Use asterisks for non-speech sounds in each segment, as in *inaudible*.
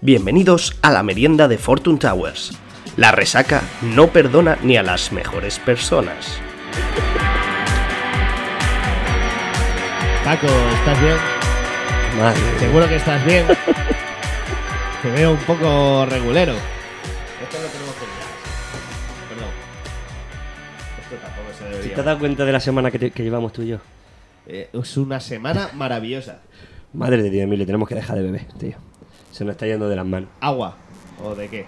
Bienvenidos a la merienda de Fortune Towers. La resaca no perdona ni a las mejores personas. Paco, ¿estás bien? Seguro que estás bien. Te veo un poco regulero. Esto lo tenemos que mirar. Perdón. Esto tampoco se Si debería. te has dado cuenta de la semana que, te- que llevamos tú y yo. Eh, es una semana maravillosa. Madre de Dios, Emilio, tenemos que dejar de beber, tío. Se nos está yendo de las manos. ¿Agua? ¿O de qué?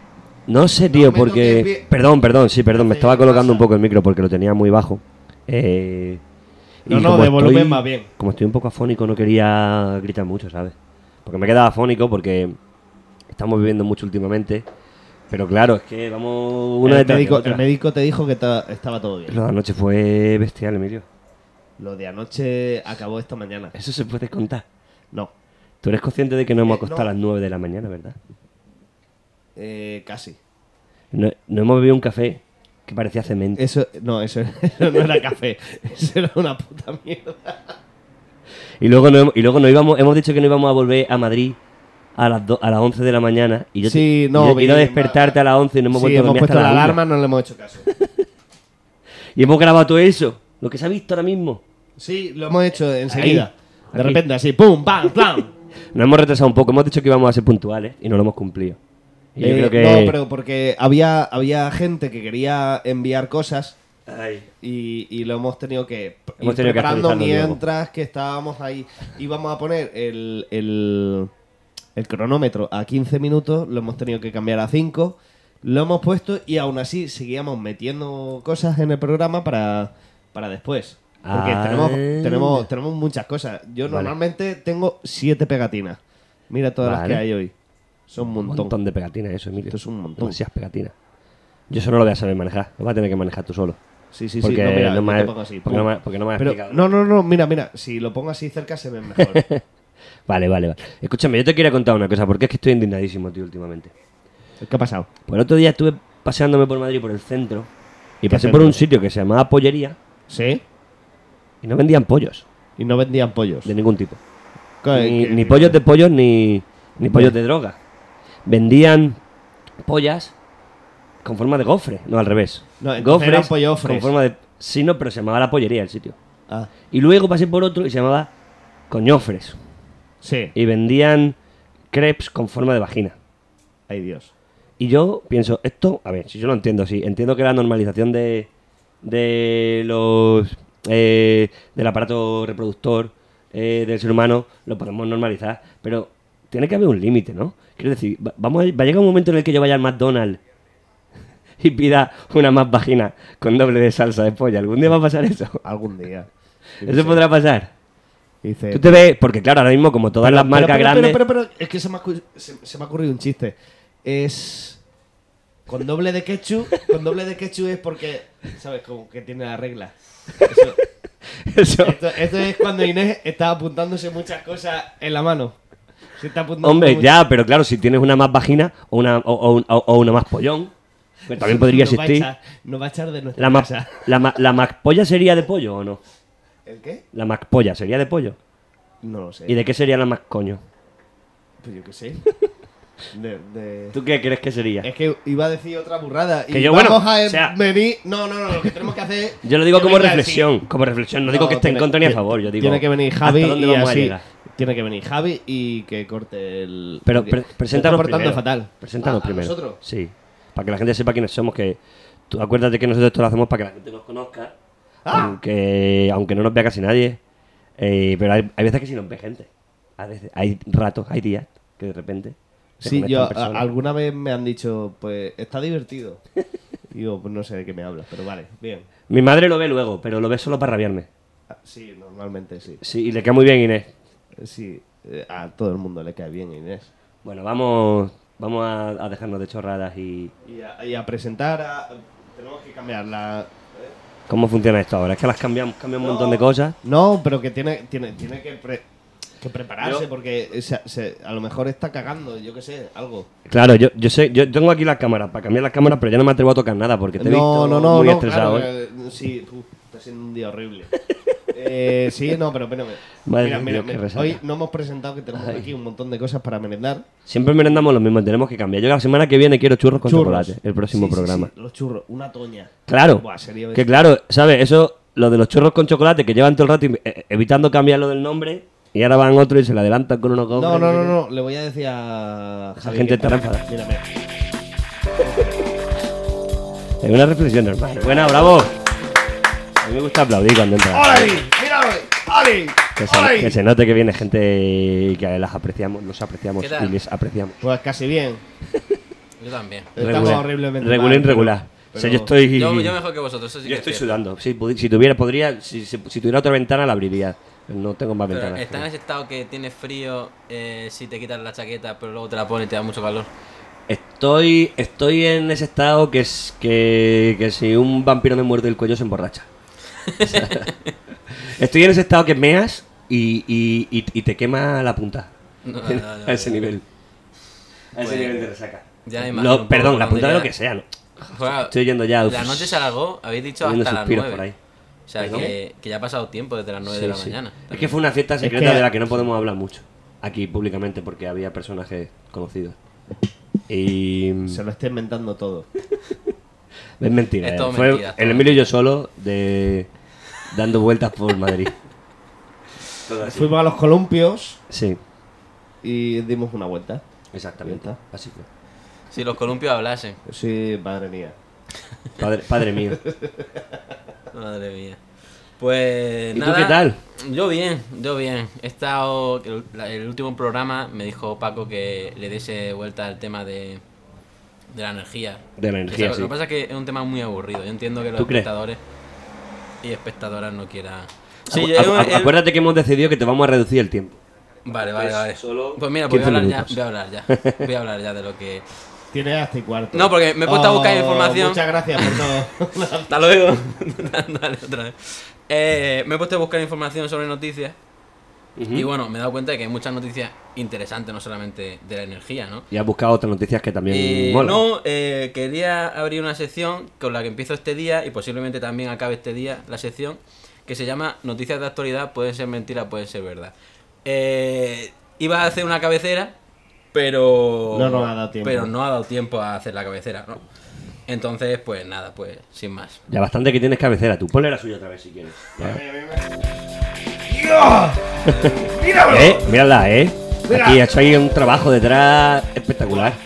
No sé, tío, me porque... toques bien. Perdón, perdón, sí, perdón. Me Sí, estaba ¿qué pasa? colocando un poco el micro porque lo tenía muy bajo. Eh, No, no, como de volumen más bien. Como estoy un poco afónico, no quería gritar mucho, ¿sabes? Porque me quedaba afónico porque estamos viviendo mucho últimamente. Pero claro, es que vamos una el, detrás de médico, otra. el médico te dijo que ta- estaba todo bien. Lo de anoche fue bestial, Emilio. Lo de anoche acabó esta mañana. Eso se puede contar. No. Tú eres consciente de que nos hemos Eh, acostado no. a las 9 de la mañana, ¿verdad? Eh, casi. No, no hemos bebido un café que parecía cemento. Eso, no, eso, *laughs* eso no era café. Eso era una puta mierda. Y luego no, hem- y luego no íbamos, hemos dicho que no íbamos a volver a Madrid a las, do- a las 11 de la mañana. Y yo te- Sí, no, y yo he ido a vi- despertarte a las 11 y no hemos sí, vuelto a hemos dormir puesto hasta la las una. alarma, no le hemos hecho caso. Y hemos grabado todo eso, lo que se ha visto ahora mismo. *laughs* Sí, lo hemos hecho enseguida. de aquí. repente, así, pum, pam, pam. Nos hemos retrasado un poco, hemos dicho que íbamos a ser puntuales y no lo hemos cumplido. Y yo Eh, creo que... No, pero porque había, había gente que quería enviar cosas Ay. y, y lo hemos tenido que p- Hemos ir tenido que preparando actualizarlo luego. mientras que estábamos ahí. Íbamos a poner el, el, el cronómetro a 15 minutos, lo hemos tenido que cambiar a 5. Lo hemos puesto y aún así seguíamos metiendo cosas en el programa para, para después. Porque Ah. tenemos, tenemos, tenemos muchas cosas. Yo Vale. normalmente tengo siete pegatinas. Mira todas las Vale. que hay hoy. Son un Un montón. montón de pegatinas eso, Emilio. Esto es un montón. Demasiadas pegatinas. Yo eso no lo voy a saber manejar, lo vas a tener que manejar tú solo. Sí, sí, Porque sí. No, mira, no yo me te ha- pongo así. porque no pum. me ha- porque no me ha Pero- explicado. No, no, no, mira, mira. Si lo pongo así cerca se ve mejor. Vale, vale, vale. Escúchame, yo te quería contar una cosa, porque es que estoy indignadísimo, tío, últimamente. ¿Qué ha pasado? Pues el otro día estuve paseándome por Madrid, por el centro, ¿Qué y pasé centro? por un sitio que se llamaba Pollería, ¿Sí? y no vendían pollos Y no vendían pollos. de ningún tipo. ¿Qué- Ni, qué- ni pollos de pollos, ni, ni pollos de droga. Vendían pollas con forma de gofre, no al revés. No, entonces eran pollofres. con forma de... Sí, no, pero se llamaba la pollería el sitio. Ah, Y luego pasé por otro y se llamaba Coñofres. sí. Y vendían crepes con forma de vagina. Ay, Dios. Y yo pienso, esto, a ver, si yo lo entiendo, sí, entiendo que la normalización de, de los eh, del aparato reproductor eh, del ser humano lo podemos normalizar, pero tiene que haber un límite, ¿no? Quiero decir, va, vamos a- va a llegar un momento en el que yo vaya al McDonald's *laughs* y pida una más vagina con doble de salsa de polla. ¿Algún día va a pasar eso? Algún *laughs* día. Yo qué ¿Eso sé. podrá pasar? Dice, Tú te ves, porque claro, ahora mismo como todas las pero, marcas pero, pero, grandes... Pero, pero, pero, es que se me, ha, ocurri- se- se me ha ocurrido un chiste. Es... Con doble de ketchup. con doble de ketchup es porque... ¿Sabes? Como que tiene la regla. *laughs* Eso- eso- Esto, esto es cuando Inés está apuntándose muchas cosas en la mano. Se está apuntando Hombre, muchas- ya, pero claro, si tienes una más vagina o una, o, o un- o- o una más pollón, pues también podría Nos va a existir. echar- Nos va a echar de nuestra La, más, casa. la, ma- la más polla sería de pollo o no? ¿El qué? La más polla sería de pollo. No lo sé. ¿Y de qué sería la más coño? Pues yo qué *laughs* sé. De- de- ¿Tú qué crees que sería? Es que iba a decir otra burrada. Que y yo, vamos bueno, a o sea- venir- No, no, no, lo que tenemos que hacer. *laughs* Yo lo digo que como venga reflexión, así. como reflexión, no, digo que esté en tiene- contra ni a tiene- favor, yo digo. Tiene que venir ¿hasta Javi dónde y vamos a así. llegar? Tiene que venir Javi y que corte el. Pero porque pre- se preséntanos está portando primero. fatal. Preséntanos Ah, ¿a primero. nosotros? Sí, para que la gente sepa quiénes somos, que tú acuérdate que nosotros esto lo hacemos para que la gente nos conozca, Ah. aunque, aunque no nos vea casi nadie. Eh, pero hay, hay veces que sí nos ve gente. A veces- hay ratos, hay días que de repente. se Sí, conectan yo a- personas. alguna vez me han dicho, pues está divertido. *laughs* Digo, pues no sé de qué me hablas, pero vale, bien. Mi madre lo ve luego, pero lo ve solo para rabiarme. Ah, Sí, normalmente sí. Sí, y le queda muy bien Inés. Sí, eh, a todo el mundo le cae bien Inés. Bueno, vamos, vamos a, a dejarnos de chorradas y. Y a, y a presentar a... Tenemos que cambiar la... ¿Cómo funciona esto ahora? Es que las cambiamos, cambian un montón de cosas. No, pero que tiene, tiene, tiene que, pre- que prepararse Yo- porque se- se- a lo mejor está cagando, yo qué sé, algo. Claro, yo, yo sé, yo tengo aquí la cámara para cambiar la cámara, pero ya eh. no me atrevo a tocar nada porque te he visto muy estresado. ¿eh? claro, eh, sí, uf, está siendo un día horrible. Eh, sí, no, pero espérame. *laughs* Madre mira, de mira, Dios, qué mira, resaca. hoy no hemos presentado que tenemos aquí un montón de cosas para merendar. Siempre merendamos lo mismo, tenemos que cambiar. Yo la semana que viene quiero churros con Churros. chocolate, el próximo Sí, sí, programa. sí, los churros, una toña. Claro. Buah, sería que claro, ¿sabes? Eso, lo de los churros con chocolate que llevan todo el rato inv- eh, evitando cambiarlo del nombre y ahora van otro y se le adelantan con unos No, no, no, no, le voy a decir a Javi gente que- está enfadada. Mira, mira. Es una reflexión normal. Buena, bravo. A mí me gusta aplaudir cuando entra. ¡Hola ahí! ¡Míralo! ¡Ole! Que se, ¡Ole ahí! que se note que viene gente y que las apreciamos, los apreciamos ¿Qué tal? y les apreciamos. Pues casi bien. Yo también. Estamos Regular. horriblemente Regular, mal, pero- regular. O sea, pero- yo estoy. Yo, yo mejor que vosotros, eso sí yo que estoy es cierto. sudando. Si, pudi- si tuviera, podría. Si, si- si tuviera otra ventana, la abriría. No tengo más Pero ventanas. está en ese estado que tienes frío eh, si te quitas la chaqueta, pero luego te la pones y te da mucho calor. Estoy, estoy en ese estado que es que, que si un vampiro me muerde el cuello se emborracha. O sea, *laughs* estoy en ese estado que meas y, y- y- y te quema la punta. No, *laughs* no, no, no. a ese nivel. A ese Pues, nivel de resaca. ya me Lo- imagino un poco perdón, la dónde punta de lo queda. que sea. ¿no? Joder, Estoy yendo ya. La uf, noche se alargó, habéis dicho oyendo hasta las suspiros 9. por ahí. O sea, ¿Perdón? que, que ya ha pasado tiempo desde las 9 Sí, de la sí. mañana. Es que fue una fiesta secreta que- de la que no podemos hablar mucho aquí públicamente porque había personajes conocidos. Y. mm, Se lo está inventando todo. Es mentira. Es eh. todo Fue mentira, es todo el Emilio y yo solo de dando vueltas por *laughs* Madrid. Fuimos a los columpios Sí, y dimos una vuelta. exactamente. Ya está. Así fue. Si los columpios hablasen. Sí, madre mía. Padre, padre mío. Madre mía. Pues ¿Y tú nada. qué tal? Yo bien, yo bien. He estado. El, la- el último programa me dijo Paco que le diese vuelta al tema de. de la energía. De la O sea, energía, Lo sí. que pasa es que es un tema muy aburrido. Yo entiendo que los ¿Tú crees? espectadores y espectadoras no quieran. Acu- yo- acu- el- Acuérdate que hemos decidido que te vamos a reducir el tiempo. Vale, vale, vale. solo Pues mira, pues voy a 15 hablar ya, minutos. voy a hablar *laughs* ya. Voy a hablar ya de lo que. Tiene hasta y cuarto. No, porque me he puesto a buscar Oh, información. Muchas gracias por *laughs* todo. Hasta luego. Dale, otra vez. Eh, me he puesto a buscar información sobre noticias. Y bueno, me he dado cuenta de que hay muchas noticias interesantes, no solamente de la energía, ¿no? Y has buscado otras noticias que también Eh, molan. no, eh, quería abrir una sección con la que empiezo este día y posiblemente también acabe este día la sección que se llama Noticias de actualidad, pueden ser mentiras, pueden ser verdad. Eh, iba a hacer una cabecera, pero No nos ha dado tiempo. pero no ha dado tiempo a hacer la cabecera, ¿no? Entonces, pues nada, pues sin más. Ya bastante que tienes cabecera. Tú ponle la suya otra vez si quieres. *laughs* ¡Míralo! Eh, mírala, eh. Mira. Aquí ha hecho ahí un trabajo detrás espectacular. De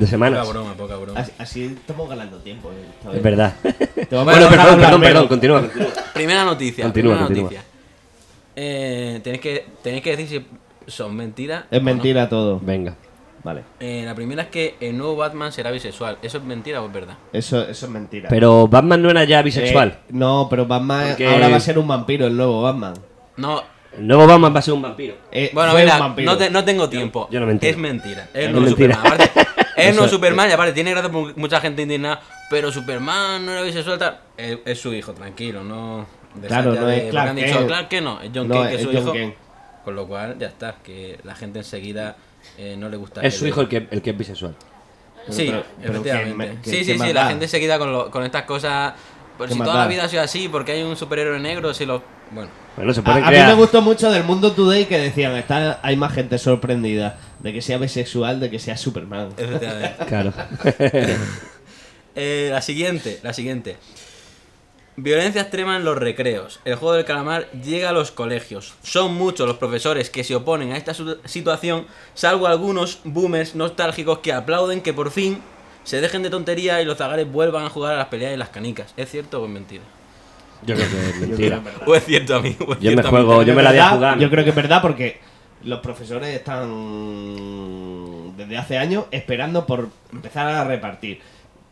Poca semanas. broma, poca broma. Así, así estamos ganando tiempo. eh, esta vez. Es verdad. Te vamos a *laughs* Bueno, dejar perdón, hablar perdón, menos. perdón, continúa. continúa. Primera noticia. Continúa, primera continúa. noticia. Eh, tenéis, que, tenéis que decir si son mentiras. o Es no. mentira todo. Venga. Vale. Eh, la primera es que el nuevo Batman será bisexual. ¿Eso es mentira o es verdad? Eso, eso es mentira. Pero Batman no era ya bisexual. Eh, no, pero Batman Porque- ahora va a ser un vampiro, el nuevo Batman. No. El nuevo Batman va a ser un vampiro. Eh, Bueno, fue un mira, vampiro. no, te- no tengo tiempo. yo no me entero. Es mentira. Es Es no mentira. Superman. Aparte, es no Eso- Superman y aparte tiene gracia por mucha gente indignada. Pero Superman no era bisexual. tal. Es, es su hijo, tranquilo. No. dejad Claro, ya no de- es porque Clark han dicho, Kent. claro que no. Es John No, Kent, que es es su John hijo. Kent. Con lo cual, ya está. Que la gente enseguida eh, no le gusta. Es que su le- hijo el que, el que es bisexual. Sí, Pero- pero efectivamente. ¿quién- quién- sí, sí, quién sí, más la da? gente se queda con, lo- con estas cosas. Pero ¿Quién si más toda da? la vida ha sido así, porque hay un superhéroe negro, si lo. Bueno, Bueno, se pueden A, a mí crear. me gustó mucho del mundo today que decían, está, hay más gente sorprendida de que sea bisexual, de que sea Superman. efectivamente. *laughs* Claro. *laughs* Eh, la siguiente, la siguiente. Violencia extrema en los recreos. El juego del calamar llega a los colegios. Son muchos los profesores que se oponen a esta su- situación, salvo algunos boomers nostálgicos que aplauden que por fin se dejen de tontería y los zagares vuelvan a jugar a las peleas y las canicas. ¿Es cierto o es mentira? Yo creo que es mentira. O es cierto a mí. o es Yo me cierto a mí juego- también. yo me la voy a ¿Verdad? jugar. Yo creo que es verdad porque los profesores están desde hace años esperando por empezar a repartir.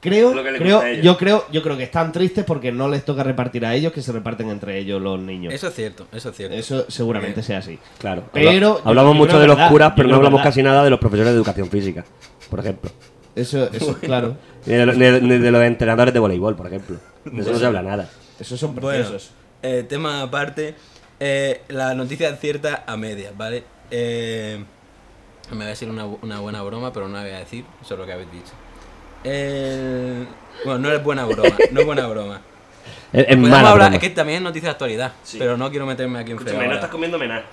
Creo, Lo que les creo, gusta a ellos. yo creo, yo creo que están tristes porque no les toca repartir a ellos, que se reparten entre ellos los niños. Eso, Eso es cierto, eso es cierto. seguramente sea así. Claro. Pero Habla- hablamos yo mucho creo de los verdad, curas, yo pero no creo hablamos verdad. casi nada de los profesores de educación física, por ejemplo. Eso, eso, claro. Ni de, lo- ni de- ni de los entrenadores de voleibol, por ejemplo. De eso no se habla nada. Esos son Bueno, preciosos. eh, tema aparte, eh, la noticia es cierta a medias, ¿vale? Eh, me voy a decir una, bu- una buena broma, pero no la voy a decir, Eh, eso es lo que habéis dicho. El- Bueno, no es buena broma, no es buena broma. Es, *laughs* es Podemos mala hablar- broma. es que también es noticia de actualidad, Sí. pero no quiero meterme aquí en feo Escúchame, no ahora. estás comiéndome nada.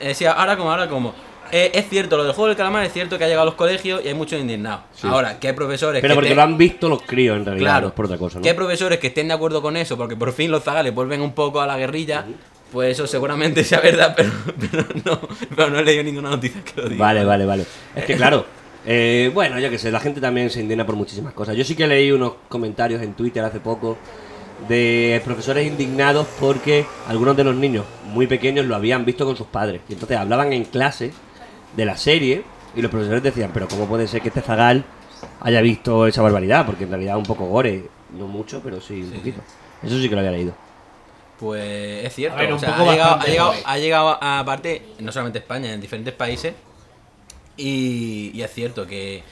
Eh, sí, ahora como, ahora como. Eh, es cierto, lo del juego del calamar es cierto que ha llegado a los colegios y hay muchos indignados. Ahora, que hay profesores Pero que. porque te- lo han visto los críos, en realidad, Claro. no es por otra cosa, ¿no? Que hay profesores que estén de acuerdo con eso, porque por fin los zagales vuelven un poco a la guerrilla. Pues eso seguramente *laughs* sea verdad, pero, pero no, pero no he leído ninguna noticia que lo diga. Vale, vale, vale. Es que claro, eh, bueno, yo que sé, la gente también se indigna por muchísimas cosas. Yo sí que leí unos comentarios en Twitter hace poco de profesores indignados porque algunos de los niños muy pequeños lo habían visto con sus padres. Y entonces hablaban en clase de la serie y los profesores decían, pero ¿cómo puede ser que este zagal haya visto esa barbaridad? Porque en realidad un poco gore, no mucho, pero sí un poquito. Eso sí que lo había leído. Pues es cierto. A ver, un o sea, poco ha, llegado, ha, bastante, llegado, joder. ha llegado a, aparte, no solamente España, en diferentes países. Y, y es cierto que,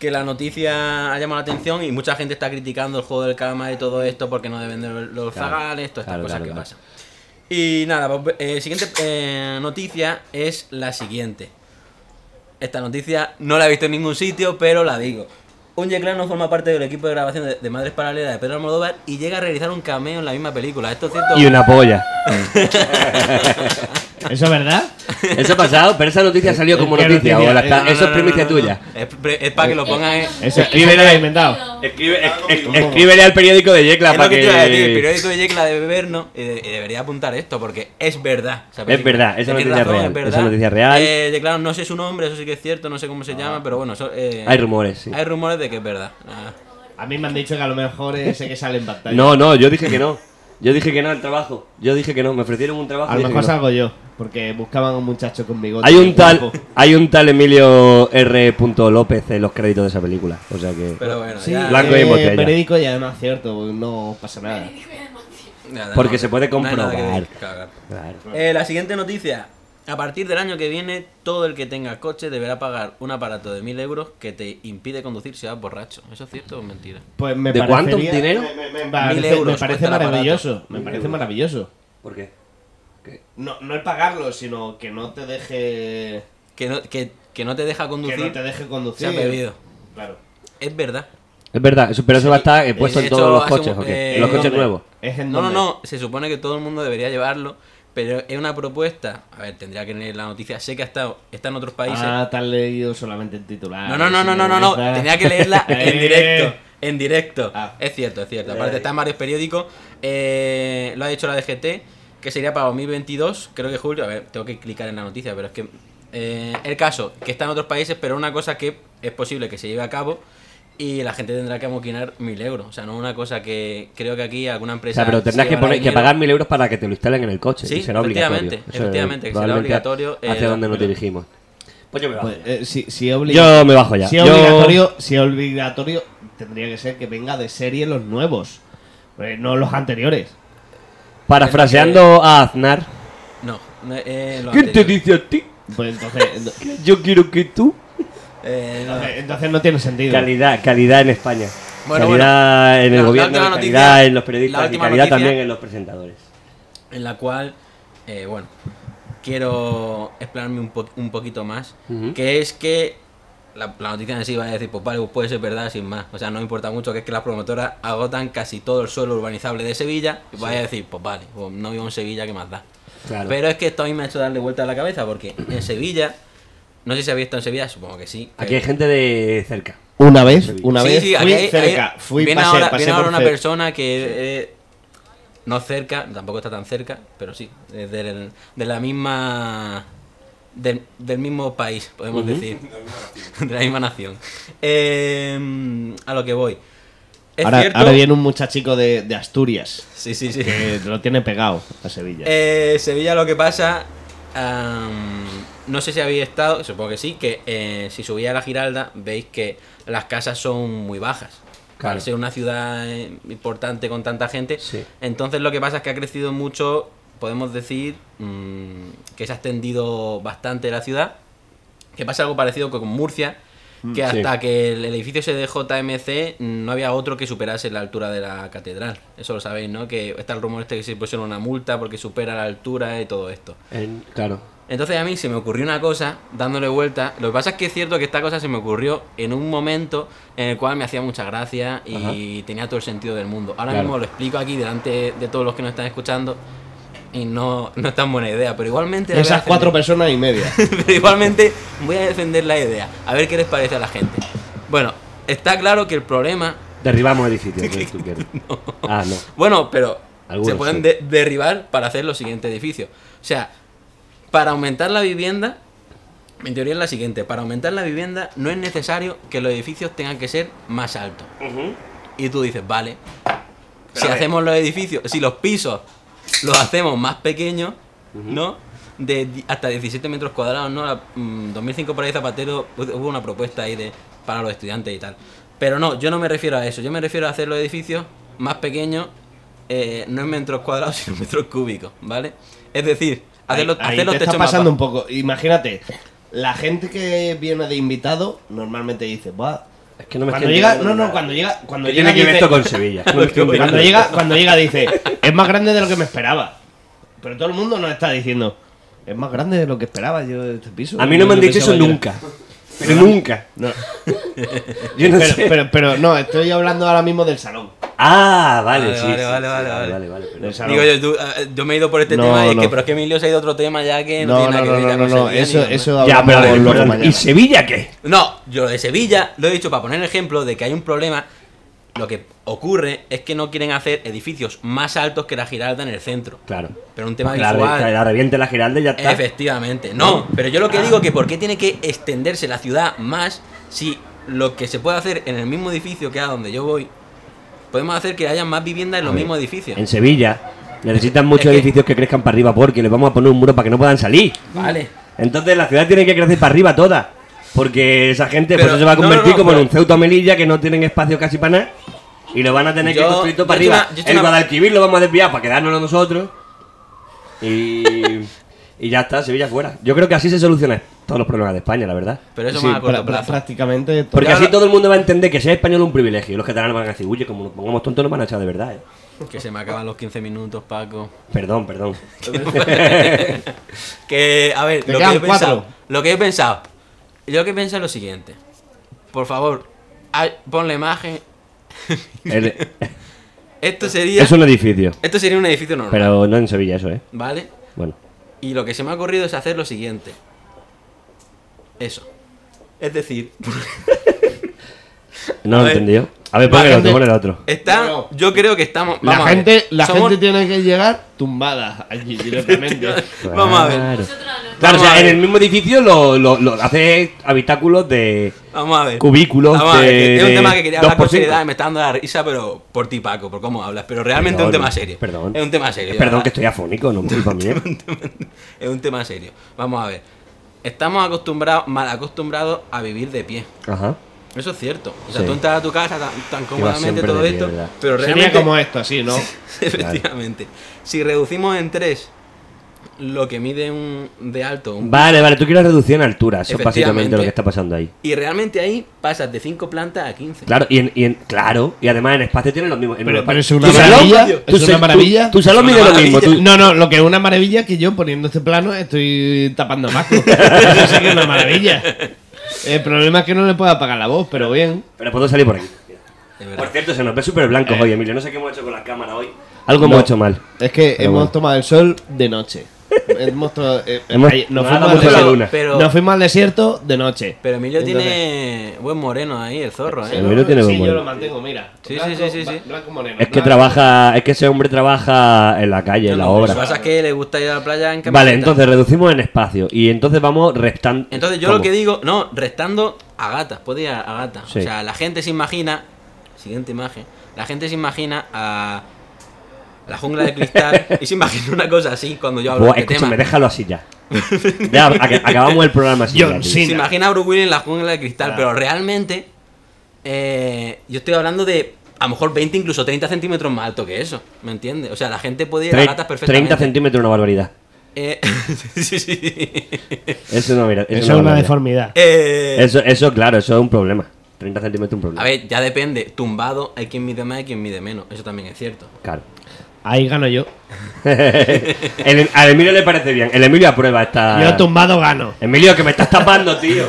que la noticia ha llamado la atención y mucha gente está criticando el juego del calamar y todo esto porque no deben de ver los Claro, zagales, todas estas claro, cosas claro, que claro. pasan. Y nada, pues, eh, siguiente eh, noticia es la siguiente. Esta noticia no la he visto en ningún sitio, pero la digo. Un yeclano forma parte del equipo de grabación de, de Madres Paralelas de Pedro Almodóvar y llega a realizar un cameo en la misma película. Esto es cierto. Y una polla. ¿Eso es verdad? Eso ha pasado, pero esa noticia salió como ¿Qué noticia. noticia? o la está- No, no, eso es No, no, primicia no, no, no. tuya. Eh, Es, pre- es para que lo pongan en. Eso, eso Escríbele. te lo he inventado. Escribe- es- es- escríbele al periódico de Yecla Es lo para que te iba a decir, el que. periódico de Jake la debe ver, ¿no? Y, de- y debería apuntar esto, porque es verdad. esa Es película. verdad, esa Tenéis noticia es real, esa noticia es real. Ah. Eh, de claro, no sé su nombre, eso sí que es cierto, no sé cómo se llama, pero bueno, eso, eh, Hay rumores, sí. Hay rumores de que es verdad. Ah. A mí me han dicho que a lo mejor es ese que sale en pantalla. No, no, yo dije que no. Yo dije que no al trabajo. Yo dije que no. Me ofrecieron un trabajo. A y lo dije mejor que no. salgo yo, porque buscaban a un muchacho con bigote. Hay y un tal, guapo. hay un tal Emilio R. López en los créditos de esa película. O sea que. Pero bueno, Sí, ya. Blanco y eh, en botella. periódico y además cierto, pues no pasa nada. Nada, Porque no, se puede no hay nada que comprobar. cagar. Claro. Eh, la siguiente noticia. A partir del año que viene, todo el que tenga coche deberá pagar un aparato de 1000 euros que te impide conducir si vas borracho. ¿eso es cierto o es mentira? Pues me ¿De cuánto parecería- dinero? Me, me- me parece, euros me parece cuesta el aparato. maravilloso. Me Mil parece euros. maravilloso. ¿Por qué? ¿Qué? No, no el pagarlo, sino que no te deje. Que no, que, que no te deja conducir. Que no te deje se conducir. ha bebido. Claro. Es verdad. Es verdad, eso- pero eso va a estar eh, de puesto en hecho, todos los hace un- coches, ¿o qué? eh, En los coches ¿dónde? nuevos. Es en No, no, donde- no. Se supone que todo el mundo debería llevarlo. Pero es una propuesta. A ver, tendría que leer la noticia. Sé que ha estado, está en otros países. Ah, te has leído solamente el titular. No, no, no, Sí, no, no, no, no. esa- Tenía *laughs* que leerla en Eh. directo. En directo. Ah. Es cierto, es cierto. Aparte está en varios periódicos. Eh, lo ha dicho la DGT, que sería para 2022, creo que julio. A ver, tengo que clicar en la noticia, pero es que... eh, el caso, que está en otros países, pero una cosa que es posible que se lleve a cabo y la gente tendrá que amoquinar mil euros. O sea, no una cosa que creo que aquí alguna O empresa... sea, pero se tendrás que, llevará poner, que dinero. pagar mil euros para que te lo instalen en el coche. Sí, y será obligatorio. efectivamente, Eso es efectivamente, que será probablemente obligatorio, eh, Hacia la- donde nos pero- dirigimos. Pues yo me bajo. Pues, eh, si, si es obli- Yo me bajo ya. Si es Yo- obligatorio, si es obligatorio, tendría que ser que venga de serie los nuevos, eh, no los anteriores. Eh, Parafraseando a Aznar. No. eh, lo ¿Qué te anterior. dice a ti? Pues entonces, *laughs* no- Yo quiero que tú. Eh, no. entonces, entonces no tiene sentido. Calidad, calidad en España. Bueno, calidad en el La- la gobierno, última calidad noticia- en los la periodistas y última calidad noticia- también en los presentadores. en la cual, eh, bueno, quiero explorarme un, po- un poquito más, Ujú. que es que la, la noticia en sí va a decir, pues vale, pues puede ser verdad sin más, o sea, no importa mucho, que es que las promotoras agotan casi todo el suelo urbanizable de Sevilla, y vaya a decir, pues vale, pues no vivo en Sevilla, ¿qué más da? Claro. Pero es que esto a mí me ha hecho darle vuelta a la cabeza, porque en Sevilla, no sé si habéis estado en Sevilla, supongo que sí. Aquí hay pero- gente de cerca. Una vez, una Sí, vez sí, aquí fui hay- cerca, hay- fui viene pasé, ahora, pasé viene por ahora una cer- persona que eh, no cerca, tampoco está tan cerca, pero sí, es del- de la misma del, del mismo país, podemos decir, *laughs* de la misma nación. Eh, a lo que voy. Es Ahora, cierto. ahora viene un muchachico de, de Asturias Sí, sí, sí. que lo tiene pegado a Sevilla. Eh, Sevilla lo que pasa, am, no sé si habéis estado, supongo que sí, que eh, si subía a la Giralda veis que las casas son muy bajas. Claro. Al ser una ciudad eh, importante con tanta gente, Sí. entonces lo que pasa es que ha crecido mucho, podemos decir, mm, que se ha extendido bastante la ciudad, que pasa algo parecido con Murcia, que sí. hasta que el el edificio se dejó JMC mm, no había otro que superase la altura de la catedral. Eso lo sabéis, ¿no? Que está el rumor este que se pusieron una multa porque supera la altura y todo esto. En- claro. Entonces a mí se me ocurrió una cosa, dándole vuelta. Lo que pasa es que es cierto que esta cosa se me ocurrió en un momento en el cual me hacía mucha gracia y tenía todo el sentido del mundo. Ahora Claro. mismo lo explico aquí delante de todos los que nos están escuchando y no, no es tan buena idea, pero igualmente... la voy a Esas defender. cuatro personas y media. *laughs* Pero igualmente voy a defender la idea, a ver qué les parece a la gente. Bueno, está claro que el problema. *laughs* Derribamos edificios. que tú quieres. Ah, no. Bueno, pero Algunos se pueden sí. de- derribar para hacer los siguientes edificios. O sea, para aumentar la vivienda, mi teoría es la siguiente: para aumentar la vivienda no es necesario que los edificios tengan que ser más altos. Y tú dices, vale, si hacemos los edificios, si los pisos los hacemos más pequeños, ¿no? De di- hasta 17 metros cuadrados, ¿no? La, mm, 2005 por ahí Zapatero hu- hubo una propuesta ahí de, para los estudiantes y tal. Pero no, yo no me refiero a eso, yo me refiero a hacer los edificios más pequeños, eh, no en metros cuadrados, *laughs* sino en metros cúbicos, ¿vale? Es decir, hacer los, Ahí- hacer los ahí te techos está más pasando un bajos. poco. Imagínate, la gente que viene de invitado normalmente dice, va. Es que no me cuando estoy llega, no, enterando no, nada. cuando llega, cuando ¿Qué llega, tiene que ver dice- esto con Sevilla? *laughs* No me estoy cuando enterando. llega, cuando llega dice, es más grande de lo que me esperaba. Pero todo el mundo nos está diciendo, es más grande de lo que esperaba yo de este piso. A mí no me han Yo dicho eso pensaba que era- nunca. Pero *laughs* nunca. No, Yo no pero, sé. pero, pero no, estoy hablando ahora mismo del salón. Ah, vale, Vale, sí, vale, sí, vale, sí, Ah, vale, vale, vale. vale, Del pero- salón. Digo yo, tú, eh, yo me he ido por este No, tema y es que, no. pero es que Emilio se ha ido a otro tema ya que no, No, no, tiene nada no, que ver no, no, con no, Sevilla eso, ni- eso Ya, pero hablamos lo luego importante- mañana. ¿Y Sevilla qué? No, yo lo de Sevilla lo he dicho para poner el ejemplo de que hay un problema. Lo que ocurre es que no quieren hacer edificios más altos que la Giralda en el centro. Claro. Pero un tema la, re- visual. La, reviente la Giralda y ya está. Ah. Efectivamente, no. Pero yo lo que digo que por qué tiene que extenderse la ciudad más si lo que se puede hacer en el mismo edificio que a donde yo voy, podemos hacer que haya más vivienda en los A ver, mismos edificios. En Sevilla necesitan muchos que- edificios que crezcan para arriba porque les vamos a poner un muro para que no puedan salir. Vale. Entonces la ciudad tiene que crecer para arriba toda. Porque esa gente por Pero- eso se va a no, no, convertir no, como en pero- un Ceuta o Melilla que no tienen espacio casi para nada. Y lo van a tener Yo- que construir todo yo para he hecho arriba. una- yo he hecho el una- Guadalquivir lo vamos a desviar para quedárnoslo nosotros. Y, y ya está, Sevilla fuera. Yo creo que así se solucionan todos los problemas de España, la verdad. Pero eso Sí, más a corto pra- pra- plazo. prácticamente. todo. Porque Ya así lo- todo el mundo va a entender que ser español es un privilegio. Y los catalanes van a decir, uy, como nos pongamos tontos nos van a echar de verdad, eh. Que se me acaban los 15 minutos, Paco. Perdón, *laughs* perdón. que, a ver, Te lo que, quedan he pensado, cuatro. lo que he pensado. Yo lo que he pensado es lo siguiente. Por favor, ay, pon la imagen. *laughs* El- Esto sería. es un edificio. Esto sería un edificio normal. Pero no en Sevilla eso, eh. ¿Vale? Bueno. Y lo que se me ha ocurrido es hacer lo siguiente. Eso. Es decir, No lo A he ver, entendido. A la ver, pon el otro, gente- pon el otro. está. No. Yo creo que estamos. La vamos a gente, ver, la somos- gente tiene que llegar tumbada allí directamente. Vamos a ver. Claro. Claro, Vamos o sea, a ver. en el mismo edificio lo, lo, lo hace habitáculos de Vamos a ver. cubículos Vamos a ver, de- que es un de tema que quería hablar 2%. con seriedad y me está dando la risa, pero por ti, Paco, por cómo hablas. Pero realmente es un Perdón, tema serio. perdón. Es un tema serio. Perdón ¿verdad? que estoy afónico, no es culpa *laughs* mía. Es un tema serio. Vamos a ver. Estamos acostumbrados, mal acostumbrados a vivir de pie. Ajá. Eso es cierto. O sea, Sí. tú entras a tu casa tan, tan cómodamente siempre de todo pie, esto. ¿verdad? Pero realmente. Sería *laughs* como esto, así, ¿no? efectivamente. Si reducimos en 3 lo que mide un de alto un- Vale, vale, tú quieres reducir en altura. Eso es básicamente Efectivamente. lo que está pasando ahí. Y realmente ahí pasas de 5 plantas a 15. Claro, y, en, y en- claro, y además en espacio tienen los mismos. en Pero- el- pero es tu una salón- maravilla, tu es se- una tu- maravilla. Tu, salón Es mide una lo mismo. tu- No, no, lo que es una maravilla es que yo poniendo este plano estoy tapando más. *laughs* Eso sí que es una maravilla. El problema es que no le puedo apagar la voz, pero bien. Pero puedo salir por aquí. Es verdad. Por cierto, se nos ve súper blancos Eh. hoy, Emilio. No sé qué hemos hecho con la cámara hoy. Algo No. hemos hecho mal. Eh, Es que Pero hemos bueno. tomado el sol de noche. Hemos to- eh, Hemos- ahí- nos nos, ha fuimos dado al mucho la desierto- luna. Pero- nos fuimos al desierto de noche. Pero Emilio Entonces- tiene buen moreno ahí, el zorro, Sí, ¿eh? El velo tiene sí, buen yo moreno. lo mantengo, mira. Sí, sí, Blanco- sí, sí, sí. ba- blanco moreno, Es que blanco. trabaja, es que ese hombre trabaja en la calle, en la Lo que pasa obra. es que le gusta ir a la playa Vale, en camiseta. entonces reducimos en espacio y entonces vamos restando. Entonces yo lo que digo, no, restando a gatas, puede ir a, a gatas. Sí. O sea, la gente se imagina, siguiente imagen, la gente se imagina a la jungla de cristal *laughs* y se imagina una cosa así cuando yo hablo Buah, de este escúchame, tema. déjalo así *laughs* ya. Ya, a- que acabamos el programa así. John ya, tío. Cena. Se imagina a Bruce Willis en la jungla de cristal, pero realmente eh, yo estoy hablando de a lo mejor 20, incluso 30 centímetros más alto que eso, ¿me entiendes? O sea, la gente puede ir a Tre- gatas perfectamente. 30 centímetros, una barbaridad. Eh, *laughs* sí, sí, sí. Eso no, mira. Eso, Eso no es una barbaridad. deformidad. Eh, Eso, eso, claro, eso es un problema. 30 centímetros es un problema. A ver, ya depende. Tumbado hay quien mide más y quien mide menos. Eso también es cierto. Claro. *laughs* Ahí gano yo. El- al Emilio le parece bien. El Emilio aprueba esta. Yo tumbado gano. Emilio, que me estás tapando, *laughs* tío.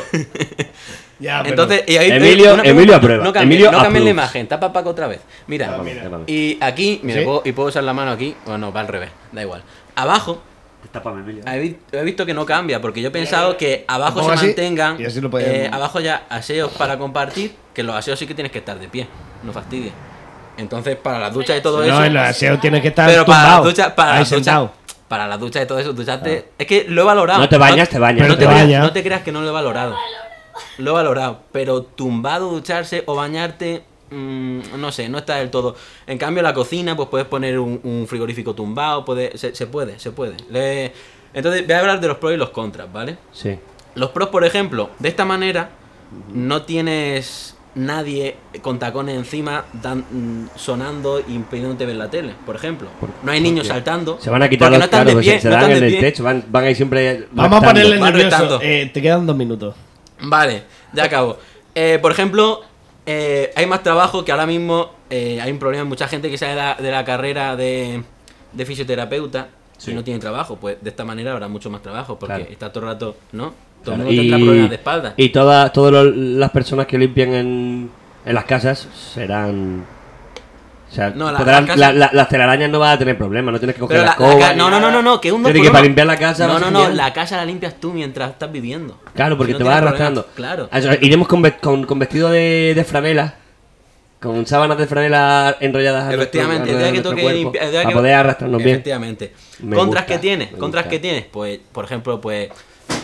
Ya, pero- Entonces, y ahí- Emilio- una Emilio aprueba. pregunta, Ah, No cambies, Emilio no cambies la approves. imagen, tapa Paco otra vez. Mira, Tápame, tápame. y aquí, mira, ¿Sí? puedo- y puedo usar la mano aquí, o no, va al revés, da igual. Abajo, Tápame, Emilio. he vi- he visto que no cambia, porque yo he pensado que abajo Lo se pongo así, mantengan, y así lo podemos- eh, abajo ya aseos para compartir, que en los aseos sí que tienes que estar de pie, no fastidies. Entonces, para la ducha y todo eso... No, el aseo tiene que estar Pero para la tumbado, ducha, para ahí la ducha, sentado. para la ducha y todo eso, ducharte. Es que lo he valorado. No te bañas, te bañas. Pero no, te te creas, bañas. no te creas que no lo he valorado. Lo he valorado. Pero tumbado, ducharse o bañarte, mm, no sé, no está del todo. En cambio, la cocina, pues puedes poner un, un frigorífico tumbado, puede, se, se puede, se puede. Le- Entonces, voy a hablar de los pros y los contras, ¿vale? Sí. Los pros, por ejemplo, de esta manera no tienes nadie con tacones encima dan- mm, sonando y impidiéndote ver la tele, por ejemplo. No hay niños saltando. Se van a quitar porque los no están caros, de se- pie, se no dan están en de el pie. techo, van, van ahí siempre. Vamos a restando. ponerle Van nervioso. restando. Eh, te quedan dos minutos. Vale, ya acabo. Eh, por ejemplo, eh, hay más trabajo que ahora mismo eh, hay un problema. Mucha gente que sale de la, de la carrera de, de fisioterapeuta y no tiene trabajo. Pues de esta manera habrá mucho más trabajo porque Claro. está todo el rato, ¿no? Todo el Claro, mundo tendrá problemas de espalda. Y todas todas lo- las personas que limpian en, en las casas serán. O sea, No, la- podrán- la casa- la- la- las telarañas no vas a tener problemas, no tienes que coger Pero la, la- la escoba. ca- no, ni no, no, nada. no, no, que un Es decir, que para limpiar la casa. No, vas no, a no, limpiar. la casa la limpias tú mientras estás viviendo. Claro, porque Si no te vas tienes arrastrando. problemas, Claro. Ah, eso, iremos con, ve- con- con vestido de, de franela. Con sábanas de franela enrolladas a nuestro- Efectivamente, el alrededor de día que nuestro toque cuerpo, limpiar- el día que- Para poder arrastrarnos bien. Efectivamente. Me contras gusta, que tienes, me contras gusta. que tienes, pues, por ejemplo, pues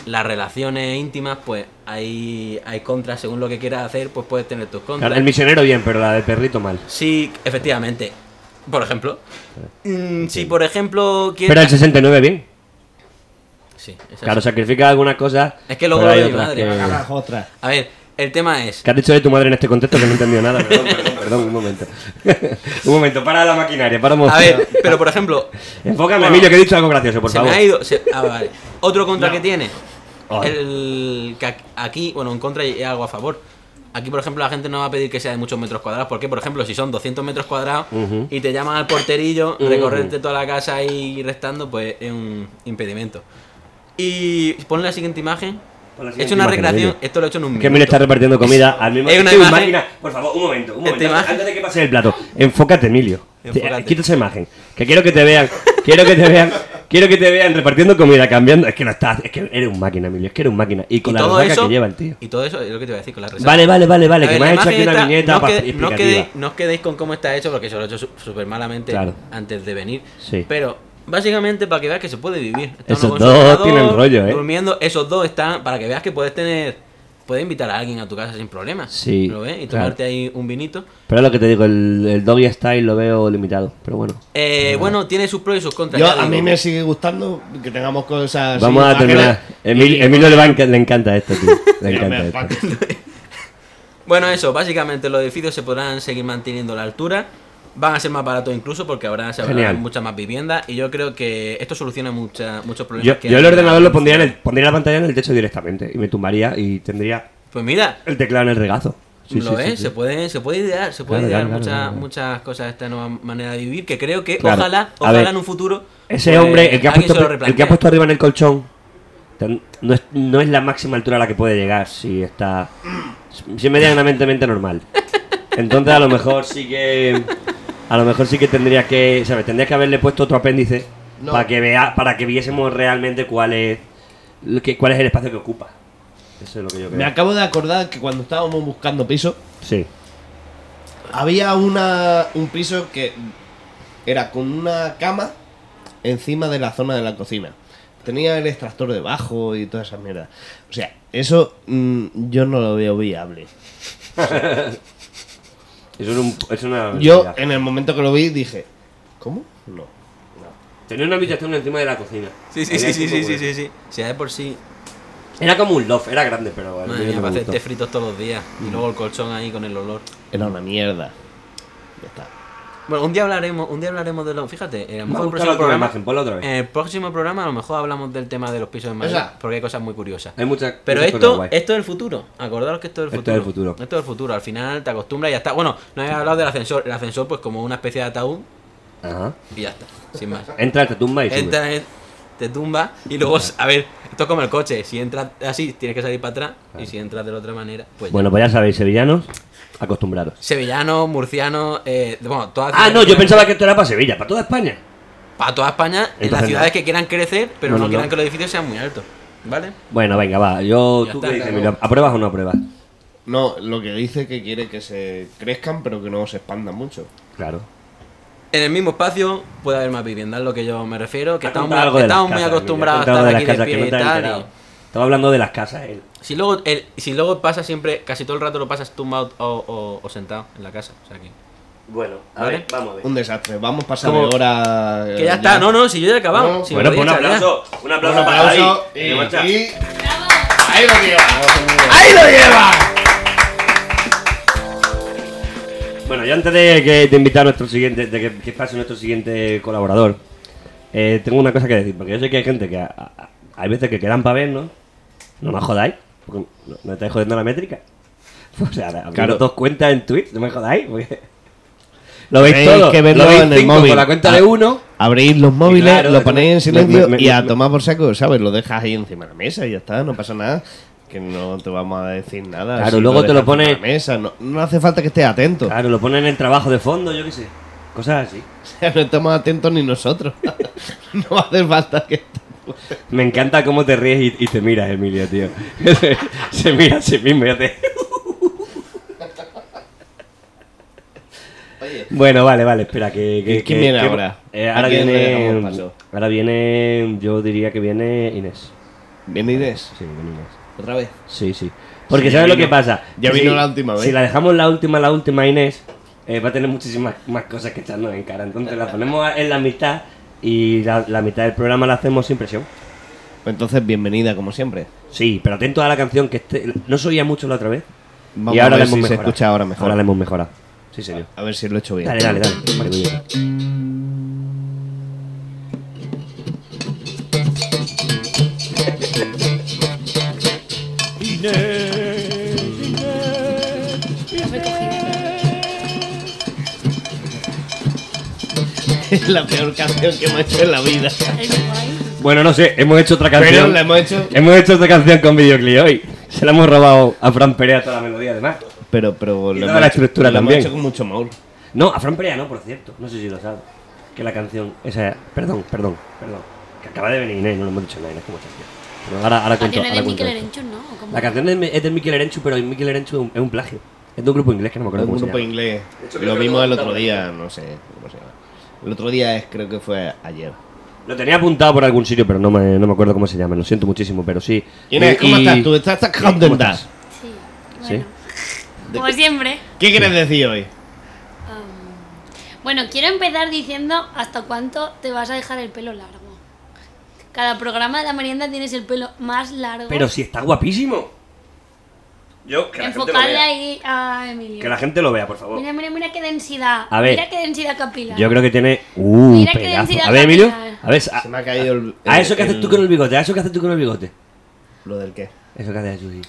las relaciones íntimas, pues hay, hay contras según lo que quieras hacer, pues puedes tener tus contras. Claro, el misionero bien, pero la de perrito mal. Sí, efectivamente. Por ejemplo, Mm, si por ejemplo quieres. Pero el 69 bien. Sí, es así. Claro, sacrifica algunas cosas. Es que luego pero lo hay de mi otras madre. que- Carajo, otra. A ver, el tema es. ¿Qué has dicho de tu madre en este contexto que no he entendido nada? Perdón, perdón, perdón, un momento. *laughs* un momento, para la maquinaria, para un momento. A ver, pero por ejemplo, Enfócame, Emilio, que he dicho algo gracioso, por se favor. me ha ido. se- ah, vale. Otro *laughs* contra que tiene. Ay. El que ac- aquí, bueno, en contra y algo a favor. Aquí, por ejemplo, la gente no va a pedir que sea de muchos metros cuadrados. Porque, por ejemplo, si son 200 metros cuadrados Ujú. y te llaman al porterillo, Ujú. recorrerte toda la casa y restando, pues es un impedimento. Y pon la siguiente imagen. Pon la siguiente He hecho una imagen, recreación. Emilio. Esto lo he hecho en un Que Emilio minuto. está repartiendo comida al mismo Es tiempo. una Sí, imagen. máquina. Por favor, un momento, un momento. Esta imagen- Antes de que pase el plato, enfócate, Emilio. Enfócate. Te- eh, Quita esa imagen. Que quiero que te vean, quiero que te vean, quiero que te vean repartiendo comida, cambiando. Es que no estás, es que eres un máquina, Emilio, es que eres un máquina. Y con Y la todo resaca eso. que lleva el tío. Y todo eso es lo que te iba a decir con la resaca. Vale, vale, vale, vale, A que ver, me la has hecho imagen aquí una está- viñeta no para quede- no, explicativa. quedéis, no os quedéis con cómo está hecho, porque yo lo he hecho su- súper malamente Claro. antes de venir. Sí. Pero básicamente para que veas que se puede vivir. Está Esos uno con dos su ordenador, tienen rollo, ¿eh? Durmiendo, esos dos están para que veas que puedes tener. Puedes invitar a alguien a tu casa sin problemas. Sí, ¿Lo ves? Y claro. tomarte ahí un vinito. Pero es lo que te digo, el, el doggy style lo veo limitado, pero bueno. Eh, bueno, tiene sus pros y sus contras. Yo, ya a mí digo. me sigue gustando que tengamos Ah, cosas. así, Ah, Vamos a imágenes. terminar. Emil- Emilio le, va a enca- le encanta esto, tío. Le Ya me encanta esto. apago. Bueno, eso, básicamente los edificios se podrán seguir manteniendo la altura. Van a ser más baratos incluso porque habrá se habrá Genial. muchas más viviendas. Y yo creo que esto soluciona mucha- muchos problemas. Yo, que yo hay el en la ordenador lo pondría en el, ciudad. pondría la pantalla en el techo directamente y me tumbaría y tendría Pues mira, el teclado en el regazo. Sí, lo sí, es, sí, sí. Se, puede, se puede idear, se puede Claro, idear claro, muchas, claro, claro. muchas cosas de esta nueva manera de vivir. Que creo que Claro. ojalá, A ver, ojalá en un futuro. Ese pues, hombre, el que, ha alguien se puesto, lo el que ha replantee. puesto arriba en el colchón, tan- no es, no es la máxima altura a la que puede llegar si está. Si es medianamente mente normal. Entonces a lo mejor sí que. A lo mejor sí que tendría que. ¿Sabes? Tendría que haberle puesto otro apéndice No. para que vea, para que viésemos realmente cuál es. lo que- cuál es el espacio que ocupa. Eso es lo que yo creo. Me acabo de acordar que cuando estábamos buscando piso, Sí. había una, un piso que era con una cama encima de la zona de la cocina. Tenía el extractor debajo y todas esas mierdas. O sea, eso mm, yo no lo veo viable. Eso es, un- es una. Yo, Eh. barbaridad. en el momento que lo vi, dije, ¿cómo? No. Tenía una habitación encima de la cocina. Sí, sí, Había sí, sí, cinco sí, sí, muebles. sí, sí. Si ya de por sí. Era como un loft, era grande, pero. a mí Madre no mía, me para hacer gustó. té fritos todos los días. Mm. Y luego el colchón ahí con el olor. Era una mierda. Ya está. Bueno, un día hablaremos, un día hablaremos de los. Fíjate, eh, a lo Me ha mejor el gustado la próximo otra programa. imagen, ponla otra vez. En el próximo programa a lo mejor hablamos del tema de los pisos en Madrid, Esa. porque hay cosas muy curiosas. Hay muchas Pero muchas esto, cosas guays. esto es el futuro. Acordaros que esto es el Esto futuro. es el futuro. Esto es el futuro. Al final te acostumbras y ya está. Bueno, no he hablado del ascensor. El ascensor, pues como una especie de ataúd Ajá. Y ya está, sin más. Entra, te tumba y sube. Entra, en- te tumba y luego, a ver, esto es como el coche. Si entras así, tienes que salir para atrás. Y si entras de la otra manera, pues. ya. Bueno, pues ya sabéis, sevillanos, acostumbraros. Sevillano, murciano, eh, bueno, todas Ah, no, yo pensaba que esto era para Sevilla, para toda España. Para toda España, en Entonces las no. ciudades que quieran crecer, pero No, no, no, quieran no. que los edificios sean muy altos. ¿Vale? Bueno, venga, va. Yo, Ya tú está, qué dices, acabó. Emilio, ¿apruebas o no apruebas? No, lo que dice que quiere que se crezcan, pero que no se expandan mucho. Claro. En el mismo espacio puede haber más vivienda, es lo que yo me refiero. Que Ha estamos, contado Ah, algo de las estamos muy casas, Emilio, ha acostumbrados a contado estar de las aquí de casas, que pie no y te has tal. enterado. Estaba hablando de las casas él. y- si, luego, el- si luego pasa siempre, casi todo el rato lo pasas tumbado o, o- o sentado en la casa. O sea que, Bueno, a ver, vamos a ver. Un desastre. Vamos pasando Como- ahora. que ya está, no, no, si yo ya he acabado. No, si me Bueno, lo pues un he dicho, ya. aplauso. Un aplauso, eh, Un para David. aplauso. Y, que marcha. y- Ahí lo lleva. ¡Ahí lo lleva! Bueno, yo antes de que de invitar a nuestro siguiente, de que, que pase nuestro siguiente colaborador, eh, tengo una cosa que decir, porque yo sé que hay gente que a- a- hay veces que quedan para vernos, no me jodáis, porque no, no estáis jodiendo la métrica. *laughs* O sea, ahora, Claro. claro. dos cuentas en Twitch, no me jodáis, porque *laughs* lo veis Tenéis todo, que verlo lo veis en el cinco móvil. con la cuenta de Ah. uno. Abrís los móviles, Claro, lo ponéis en me- silencio me- me- y a me- tomar por saco, ¿sabes? Lo dejas ahí encima de la mesa y ya está, no pasa nada. Que no te vamos a decir nada. Claro, luego te lo dejas encima de la pone- mesa. No, no hace falta que estés atento. Claro, lo ponen en el trabajo de fondo, yo qué sé, cosas así. O sea, *laughs* no estamos atentos ni nosotros. *laughs* no hace falta que. Me encanta cómo te ríes y, y te miras, Emilio, tío. *laughs* se mira a sí mismo y hace... Bueno, vale, vale, espera, que... que- ¿Y quién que- viene que- ahora? eh, ¿A ahora quién le viene... dejamos paso? Ahora viene... Yo diría que viene Inés. Viene Inés. Sí, viene Inés. Otra vez. Sí, sí. Porque Sí, ya ¿sabes lo vino- que pasa? ya Que vino si- la última vez. Si la dejamos la última, la última Inés, eh, va a tener muchísimas más cosas que echarnos en cara. Entonces la ponemos a- en la mitad y la, la mitad del programa la hacemos sin presión. Pues Entonces, bienvenida, como siempre. Sí, pero atento a la canción que este- no se oía mucho la otra vez. Vamos y ahora a la ver hemos si se mejorado. escucha ahora mejor. Ahora la hemos mejorado. Sí, señor. A ver si lo he hecho bien. Dale, dale, dale. Vale, muy bien. *laughs* Es la peor canción que hemos hecho en la vida. Bueno, no sé, hemos hecho otra Pero canción. la hemos hecho. Hemos hecho otra canción con videoclip hoy. Se la hemos robado a Fran Perea toda la melodía, además. Pero, pero Y lo hemos toda la hecho- estructura lo hemos también. hecho con mucho amor. No, a Fran Perea no, por cierto. No sé si lo sabes. Que la canción. Esa. Perdón, perdón, perdón. Que acaba de venir Inés, no lo hemos dicho nada, Inés, como canción. Pero ahora, ahora cuento. canción Ah, es Ahora de cuento Mikel esto. Erenchun, ¿no? ¿O cómo? La canción es de- es de Mikel Erenchu, pero Mikel Erenchu es un- es un plagio. Es de un grupo inglés que no me acuerdo Un cómo se grupo llama. inglés. De hecho, creo Lo que vimos lo el otro contamos día, no sé cómo se llama. El otro día es, creo que fue ayer. Lo tenía apuntado por algún sitio, pero no me, no me acuerdo cómo se llama. Lo siento muchísimo, pero sí. Inés, Y- ¿cómo y- estás? ¿Tú estás, estás ¿cómo contenta? estás? Sí, Sí. bueno. Pues Como siempre. ¿Qué quieres decir hoy? Um, bueno, quiero empezar diciendo hasta cuánto te vas a dejar el pelo largo. Cada programa de la merienda tienes el pelo más largo. Pero si está guapísimo. Yo, que la, gente lo Enfocarle vea. ahí a Emilio. que la gente lo vea, por favor. Mira, mira, mira qué densidad. A ver. Mira qué densidad capilar. Yo creo que tiene. Uh, Mira qué pedazo. densidad A ver, Emilio. capilar. A ver, a, Se me ha caído el. a el- Ah, eso que haces tú el- con el bigote. A eso que haces tú con el bigote. ¿Lo del qué? Eso que haces tú. sí.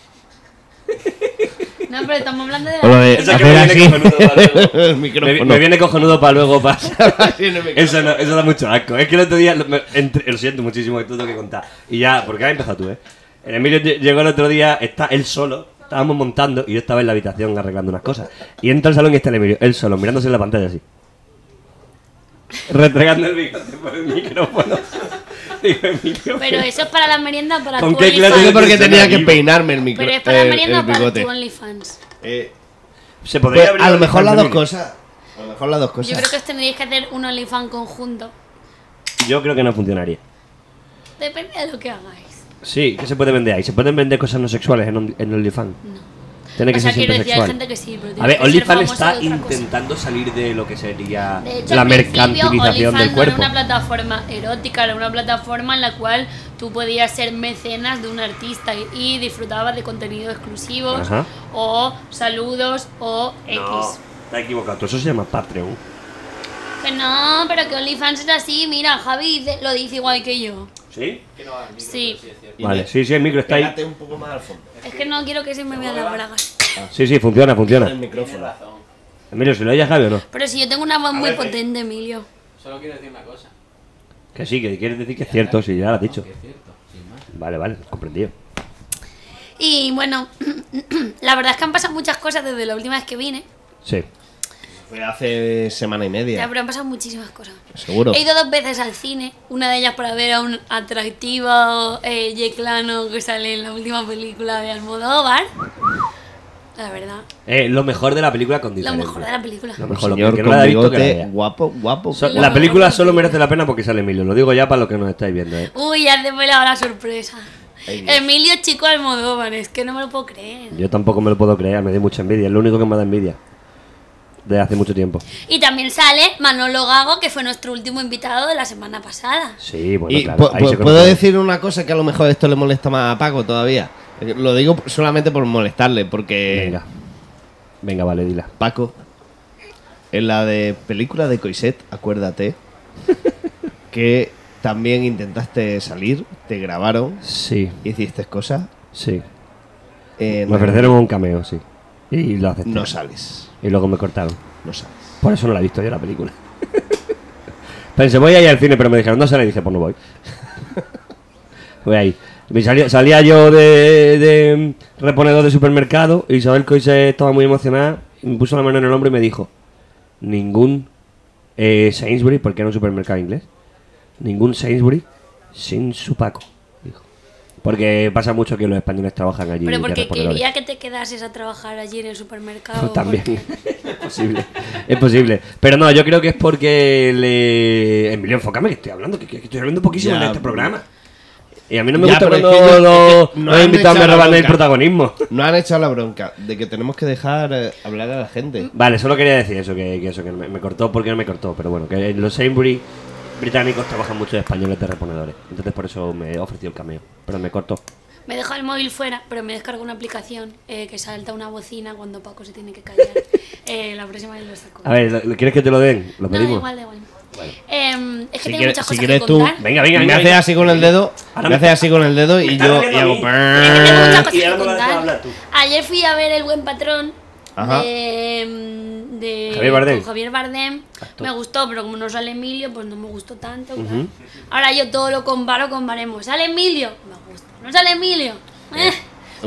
No, pero estamos hablando de... Eso que me viene cojonudo para luego. el *laughs* Me, vi- micrófono. me viene cojonudo para luego *laughs* pasar. *laughs* Así en el micrófono. Eso, no, eso da mucho asco. Es que el otro día, lo, me- entre- lo siento muchísimo que te lo tengo que contar. Y ya, porque has empezado tú, ¿eh? El Emilio lle- llegó el otro día, está él solo, estábamos montando y yo estaba en la habitación arreglando unas cosas. Y entra al salón y está el Emilio, él solo, mirándose en la pantalla así. Retregando el bigote por el micrófono. *laughs* Digo, Emilio, Pero eso es para la merienda o para ¿Con tu qué clase Eh, No sé OnlyFans. por qué tenía que Vivo. peinarme el micro. Pero es para la el- merienda el o para bigote. tu OnlyFans. Eh, se pues, podría abrir a lo el mejor las dos Emilio. cosas. A lo mejor las dos Yo cosas. creo que os tendríais que hacer un OnlyFans conjunto. Yo creo que no funcionaría. Depende de lo que hagáis. Sí, que se puede vender ahí. Se pueden vender cosas no sexuales en, on- en OnlyFans. No. Tiene que o sea, ser siempre quiero decir, hay sexual. gente que sí, pero A ver, tienes que ser OnlyFans famoso está de otra cosa. intentando salir de lo que sería De hecho, la al principio, mercantilización OnlyFans del no era cuerpo. una plataforma erótica, era una plataforma en la cual tú podías ser mecenas de un artista y, y disfrutabas de contenidos exclusivos Ajá. o saludos o X. No, está equivocado. Todo eso se llama Patreon. Que no, pero que OnlyFans es así, mira, Javi dice- lo dice igual que yo. ¿Sí? Sí, Vale, sí, sí, el micro está ahí. Pégate un poco más al fondo. es que no quiero que se me vean las bragas. Sí, sí, funciona, El funciona. micrófono. Emilio, ¿se lo oyes Javi o no? Pero si yo tengo una voz muy ver, eh. potente, Emilio. Solo quiero decir una cosa. Que sí, que quieres decir que es cierto, sí, ya lo has dicho. Que es cierto, sin más. Vale, vale, comprendido. Y bueno, *clears throat* la verdad es que han pasado muchas cosas desde la última vez que vine. Sí. Fue hace semana y Ya, media. pero han pasado muchísimas cosas. Seguro. He ido dos veces al cine, una de ellas para ver a un atractivo eh, yeclano que sale en la última película de Almodóvar. La verdad, Eh, lo mejor de la película con lo diferencia. mejor de la película. Lo Un mejor, lo señor que no con la he visto que la bigote, vea. guapo, guapo. So- Lo la mejor película de la solo película. merece la pena porque sale Emilio. Lo digo ya para los que nos estáis viendo, ¿eh? Uy, has desvelado la sorpresa. Ay, Dios. Emilio Chico Almodóvar, es que no me lo puedo creer. Yo tampoco me lo puedo creer, me dio mucha envidia. Es lo único que me da envidia. Desde hace mucho tiempo. Y también sale Manolo Gago, que fue nuestro último invitado de la semana pasada. Sí, bueno, Y claro. pu- ahí pu- se conoce. puedo decir una cosa que a lo mejor esto le molesta más a Paco todavía. Eh, Lo digo solamente por molestarle, porque Venga. Venga, vale, dila. Paco, en la de película de Coisette, *laughs* acuérdate, que también intentaste salir, te grabaron, Sí, hiciste cosas, sí. eh, Me ofrecieron un cameo, sí. Y lo acepté. no sales, Y luego me cortaron. no sales. Por eso no la he visto yo la película. *laughs* Pensé, voy a ir al cine, pero me dijeron, no sale. Y dije, pues no voy. *laughs* voy ahí. Me salía, salía yo de, de reponedor de supermercado. y Isabel Coise estaba muy emocionada. y Me puso la mano en el hombro y me dijo, ningún eh, Sainsbury, porque era un supermercado inglés, ningún Sainsbury sin su Paco. Dijo. Porque pasa mucho que los españoles trabajan allí. Pero de porque reponedores. quería que te quedases a trabajar allí en el supermercado. Pues *laughs* *laughs* también. porque- es posible. Es posible. Pero no, yo creo que es porque le. Emilio, enfócame que estoy hablando, que, que estoy hablando poquísimo Ya. pues, en este programa. Y a mí no me Ya, gusta pero es cuando que yo- es los- que no los han invitados me echado la roban el bronca. protagonismo. No han echado la bronca de que tenemos que dejar eh, hablar a la gente. Mm, Vale, solo quería decir eso, que, que eso, que me, me cortó porque no me cortó, pero bueno, que los Sainsbury británicos trabajan mucho de españoles de reponedores. Entonces por eso me ofreció el cameo. Pero me cortó. Me dejo el móvil fuera, pero me descargo una aplicación eh, que salta una bocina cuando Paco se tiene *laughs* que callar. Eh, la próxima vez lo saco. A ver, ¿lo- ¿quieres que te lo den? Lo no, da pedimos. igual, da igual. Em, es que tengo quieres- muchas si cosas que quieres tú, contar. Venga, venga, me venga. haces así con el dedo, me Ahora me- haces así con el dedo y está yo y doliendo a hago... mí. Es que tengo muchas cosas Y que ahora me vas a dejar contar. hablar tú. Ayer fui a ver El Buen Patrón Ajá. de, mm, de- Javier Bardem. con Javier Bardem. Actor. Me gustó, pero como no sale Emilio, pues no me gustó tanto. tal. Ujú. Ahora yo todo lo comparo con Baremo. ¿Sale Emilio? Me gusta. ¿No sale Emilio? Eh,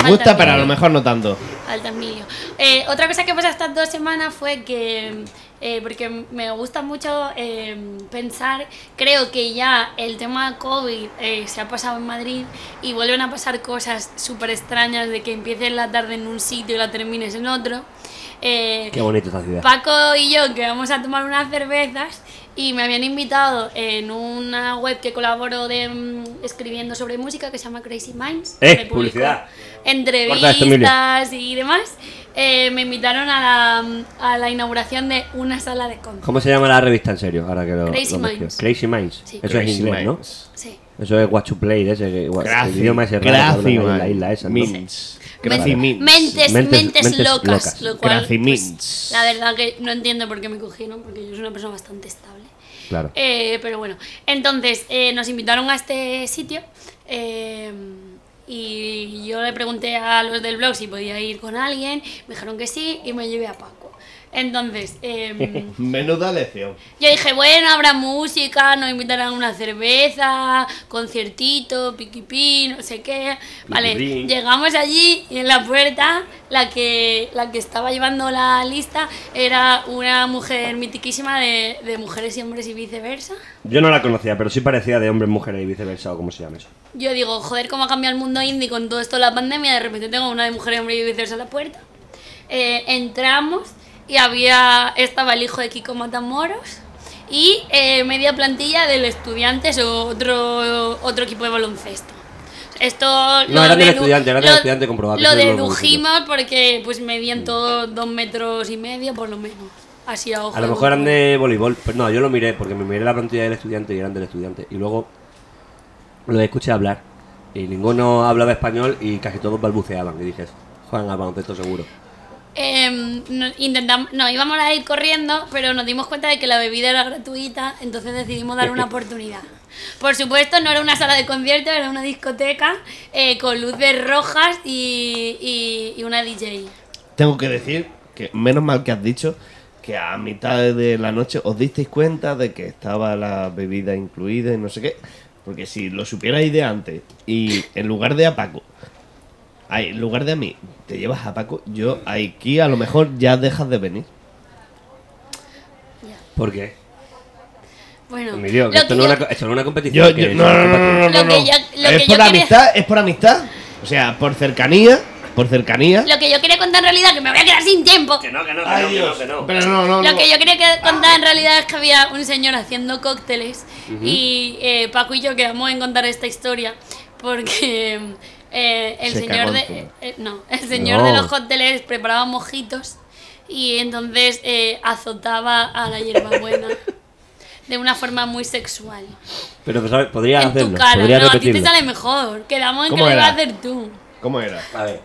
Me gusta, falta pero a lo Emilio. mejor no tanto. Alta Emilio. Eh, otra cosa que pasó estas dos semanas fue que, eh, porque me gusta mucho eh, pensar, creo que ya el tema COVID eh, se ha pasado en Madrid y vuelven a pasar cosas súper extrañas de que empieces la tarde en un sitio y la termines en otro. Eh, Qué bonito esta ciudad. Paco y yo que vamos a tomar unas cervezas y me habían invitado en una web que colaboro de, mm, escribiendo sobre música que se llama Crazy Minds. Eh, que publico publicidad. Corta esto, Emilio. Entrevistas y demás. Eh, me invitaron a la, a la inauguración de una sala de conciertos. ¿Cómo se llama la revista en serio? Ahora que lo, Crazy lo mezclo. Minds. Crazy Minds. Sí. Eso es Crazy inglés, Minds. Sí. ¿no? Eso es What You Play, ese que, what- el Gracias, idioma ese raro que hablan ahí en la isla esa, ¿no? Mints. Mentes, Gracias, Mints. mentes, Mentes- mentes locas, locas. lo cual, Gracias, pues, Mints. la verdad que no entiendo por qué me cogieron, porque yo soy una persona bastante estable. Claro. Eh, pero bueno, entonces eh, nos invitaron a este sitio eh, y yo le pregunté a los del blog si podía ir con alguien, me dijeron que sí y me llevé a Paco. Entonces, eh, *laughs* Menuda lección. yo dije, bueno, habrá música, nos invitarán a una cerveza, conciertito, piquipí, no sé qué. Vale, Piquipín. llegamos allí y en la puerta la que, la que estaba llevando la lista era una mujer mitiquísima de, de mujeres y hombres y viceversa. Yo no la conocía, pero sí parecía de hombres, mujeres y viceversa, o como se llama eso. Yo digo, joder, cómo ha cambiado el mundo indie con todo esto de la pandemia. De repente tengo una de mujeres hombre y viceversa a la puerta. Eh, entramos y había estaba el hijo de Kiko Matamoros y eh, media plantilla del Estudiantes o otro, otro equipo de baloncesto. Esto No, eran del dedu- Estudiante, eran del lo- Estudiante comprobado, que Lo eso es lo dedujimos porque pues medían todos dos metros y medio por lo menos. Así a ojo. A lo de mejor eran buen de voleibol, pero no, yo lo miré porque me miré la plantilla del estudiante y eran del estudiante. Y luego los escuché hablar y ninguno hablaba español y casi todos balbuceaban. Y dije, juegan al baloncesto seguro. Em, no, intentam- no, íbamos a ir corriendo, pero nos dimos cuenta de que la bebida era gratuita, entonces decidimos *laughs* dar una oportunidad. Por supuesto, no era una sala de concierto, era una discoteca eh, con luces rojas y, y- y una DJ. Tengo que decir que menos mal que has dicho que a mitad de la noche os disteis cuenta de que estaba la bebida incluida y no sé qué. Porque si lo supierais de antes y en lugar de a Paco, ay, en lugar de a mí, te llevas a Paco, yo aquí a lo mejor ya dejas de venir. ¿Por qué? Bueno, Mi Dios, lo Pues que esto, que no es yo- una, co- esto no es una competición. Yo, que yo- es no, una no, no, no, no, Lo no, que no. yo- lo es que yo por quería- amistad, es por amistad. O sea, por cercanía, por cercanía. Lo que yo quería contar en realidad, que me voy a quedar sin tiempo. Que no, que no, que Ay, no, que no, Dios. que no. Pero no, no, Lo no. Ah. que yo quería que- contar en realidad es que había un señor haciendo cócteles y eh, Paco y yo quedamos en contar esta historia porque eh, el Se señor cagó de encima. eh, no, el señor No. de los cócteles preparaba mojitos y entonces eh, azotaba a la *laughs* hierbabuena de una forma muy sexual. Pero ¿sabes? podría en hacerlo, tu cara, podría no, a ti te repetirlo. sale mejor. Quedamos en que ¿Cómo lo ibas a era? hacer tú. ¿Cómo era? A ver.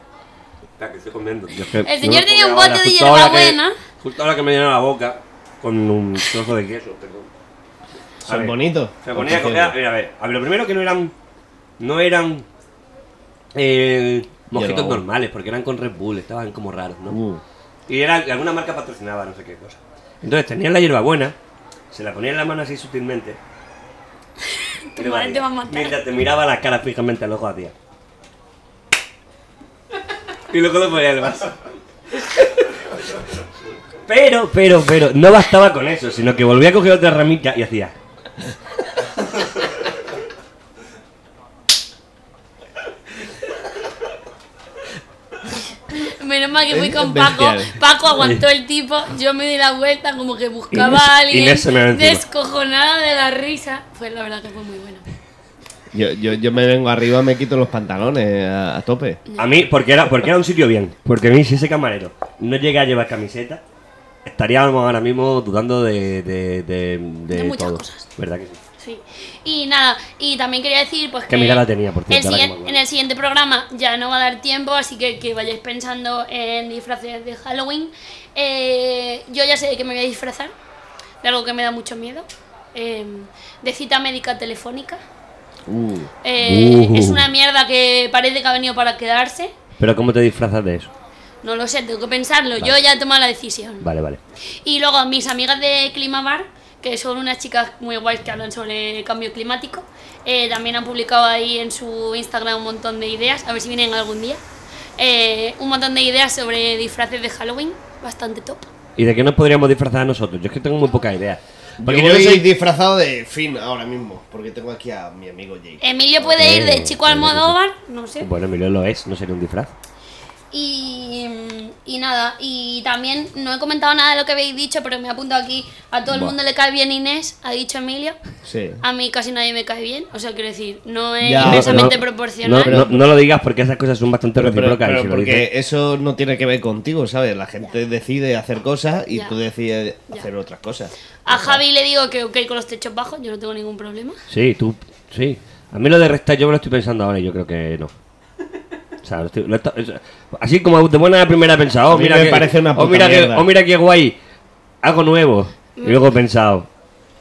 Espera, que estoy comiendo. Yo es que El no señor lo tenía un comía ahora, bote de justo ahora que- hierbabuena. Justo ahora que me llena la boca con un trozo de queso, perdón. A Son ver, bonitos. Se ponía a comer- Mira, a ver, a ver, lo primero que no eran. No eran. Eh, mojitos Hierbabuena. normales, porque eran con Red Bull, estaban como raros, ¿no? Uh, Y era y alguna marca patrocinaba, no sé qué cosa. Entonces tenían la hierbabuena, se la ponía en la mano así sutilmente. Tu y le madre valía. te va a matar. Mientras te miraba la cara fijamente al ojo hacía. Y luego le ponía el vaso. Pero, pero, pero, no bastaba con eso, sino que volvía a coger otra ramita y hacía. Menos mal que fui Es con Paco. bestial. Paco aguantó el tipo. Yo me di la vuelta como que buscaba Inés- a alguien Inés se me ve encima. descojonada de la risa. Fue la verdad que fue muy bueno. Yo, yo, yo me vengo arriba, me quito los pantalones a, a tope. A mí, porque era, porque era un sitio bien. Porque a mí, si ese camarero no llega a llevar camiseta, estaríamos ahora mismo dudando de, de, de, De muchas todo. cosas. ¿Verdad que sí? Sí. Y nada, y también quería decir pues Qué que mirada tenía, por cierto, el ahora que siguien- me acuerdo. en el siguiente programa ya no va a dar tiempo, así que que vayáis pensando en disfraces de Halloween. Eh, yo ya sé de qué me voy a disfrazar, de algo que me da mucho miedo, eh, de cita médica telefónica. Uh, Eh, Uh. Es una mierda que parece que ha venido para quedarse. Pero ¿cómo te disfrazas de eso? No lo sé, tengo que pensarlo. Yo ya he tomado la decisión. Vale, vale. Y luego mis amigas de Climabar, que son unas chicas muy guays que hablan sobre cambio climático, eh, también han publicado ahí en su Instagram un montón de ideas, a ver si vienen algún día. Eh, un montón de ideas sobre disfraces de Halloween, bastante top. ¿Y de qué nos podríamos disfrazar nosotros? Yo es que tengo muy poca idea. Porque yo yo, voy soy... disfrazado de Finn ahora mismo, porque tengo aquí a mi amigo Jake. Emilio puede ir Eh, de Chico eh, Almodóvar, no sé. Bueno, Emilio lo es, no sería un disfraz. Y, mm, y nada, y también no he comentado nada de lo que habéis dicho, pero me he apuntado aquí. A todo el Buah. mundo le cae bien Inés, ha dicho Emilio. Sí. A mí casi nadie me cae bien, o sea, quiero decir, no es Ya, inversamente no, proporcional. No, no- no lo digas porque esas cosas son bastante Pero, pero- recíprocas. y pero si lo porque dices- eso no tiene que ver contigo, ¿sabes? La gente decide hacer cosas y Ya. tú decides Ya. hacer otras cosas. A Javi le digo que ok con los techos bajos, yo no tengo ningún problema. Sí, tú... Sí. A mí lo de restar yo me lo estoy pensando ahora y yo creo que no. O sea, lo estoy- lo esto- eso- así como de buena primera he pensado, A oh, mí mira me que- parece una oh, puta mira que- mierda. oh, mira qué guay, algo nuevo. Y luego he pensado...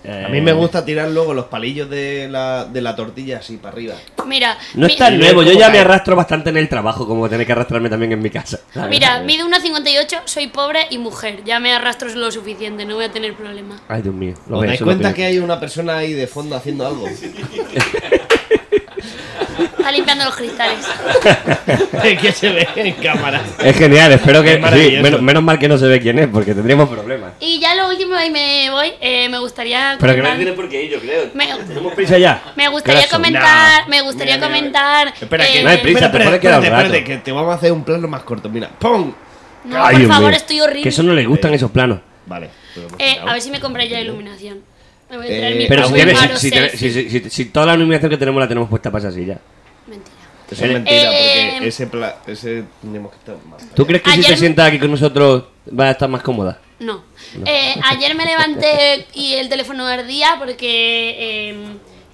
A eh, mí me gusta tirar luego los palillos de la, de la tortilla así para arriba. Mira, No mi- es tan Mira nuevo, yo cómo ya cae. me arrastro bastante en el trabajo como tener que arrastrarme también en mi casa. ¿sabes? mira, mide 1,58, soy pobre y mujer, ya me arrastro lo suficiente, no voy a tener problema. Ay, Dios mío. lo ¿Os voy a dais hacer cuenta una que hay una persona ahí de fondo haciendo algo? *laughs* Está limpiando los cristales. que se ve en cámara. Es genial, espero que. Es maravilloso. sí, menos, menos mal que no se ve quién es, porque tendríamos problemas. Y ya lo último, y me voy, eh, me gustaría... Pero que no comentar- tiene por qué ir, yo creo. me, Tenemos prisa ya. me gustaría Corazón. comentar, me gustaría Mira, mira, comentar... Espera, que eh, no hay prisa, te puede quedar un espérate, espérate, rato. que te vamos a hacer un plano más corto. Mira, ¡pum! no, Ay, por Dios favor, mío. estoy horrible. Que eso no le gustan esos planos. Vale. pero hemos Eh, quitado. a ver si me compré ya iluminación. Me voy a Eh, traer mi Pero si, muy tiene- tienes, malo si, si tiene- selfie. si- si- si- si toda la iluminación que tenemos la tenemos puesta para esa silla. Mentira. Eso es mentira, Eh, porque ese, pla ese tenemos que estar más. ¿Tú crees que si te Ayer- sientas aquí con nosotros vas a estar más cómoda? No. Eh, ayer me levanté y el teléfono ardía porque eh,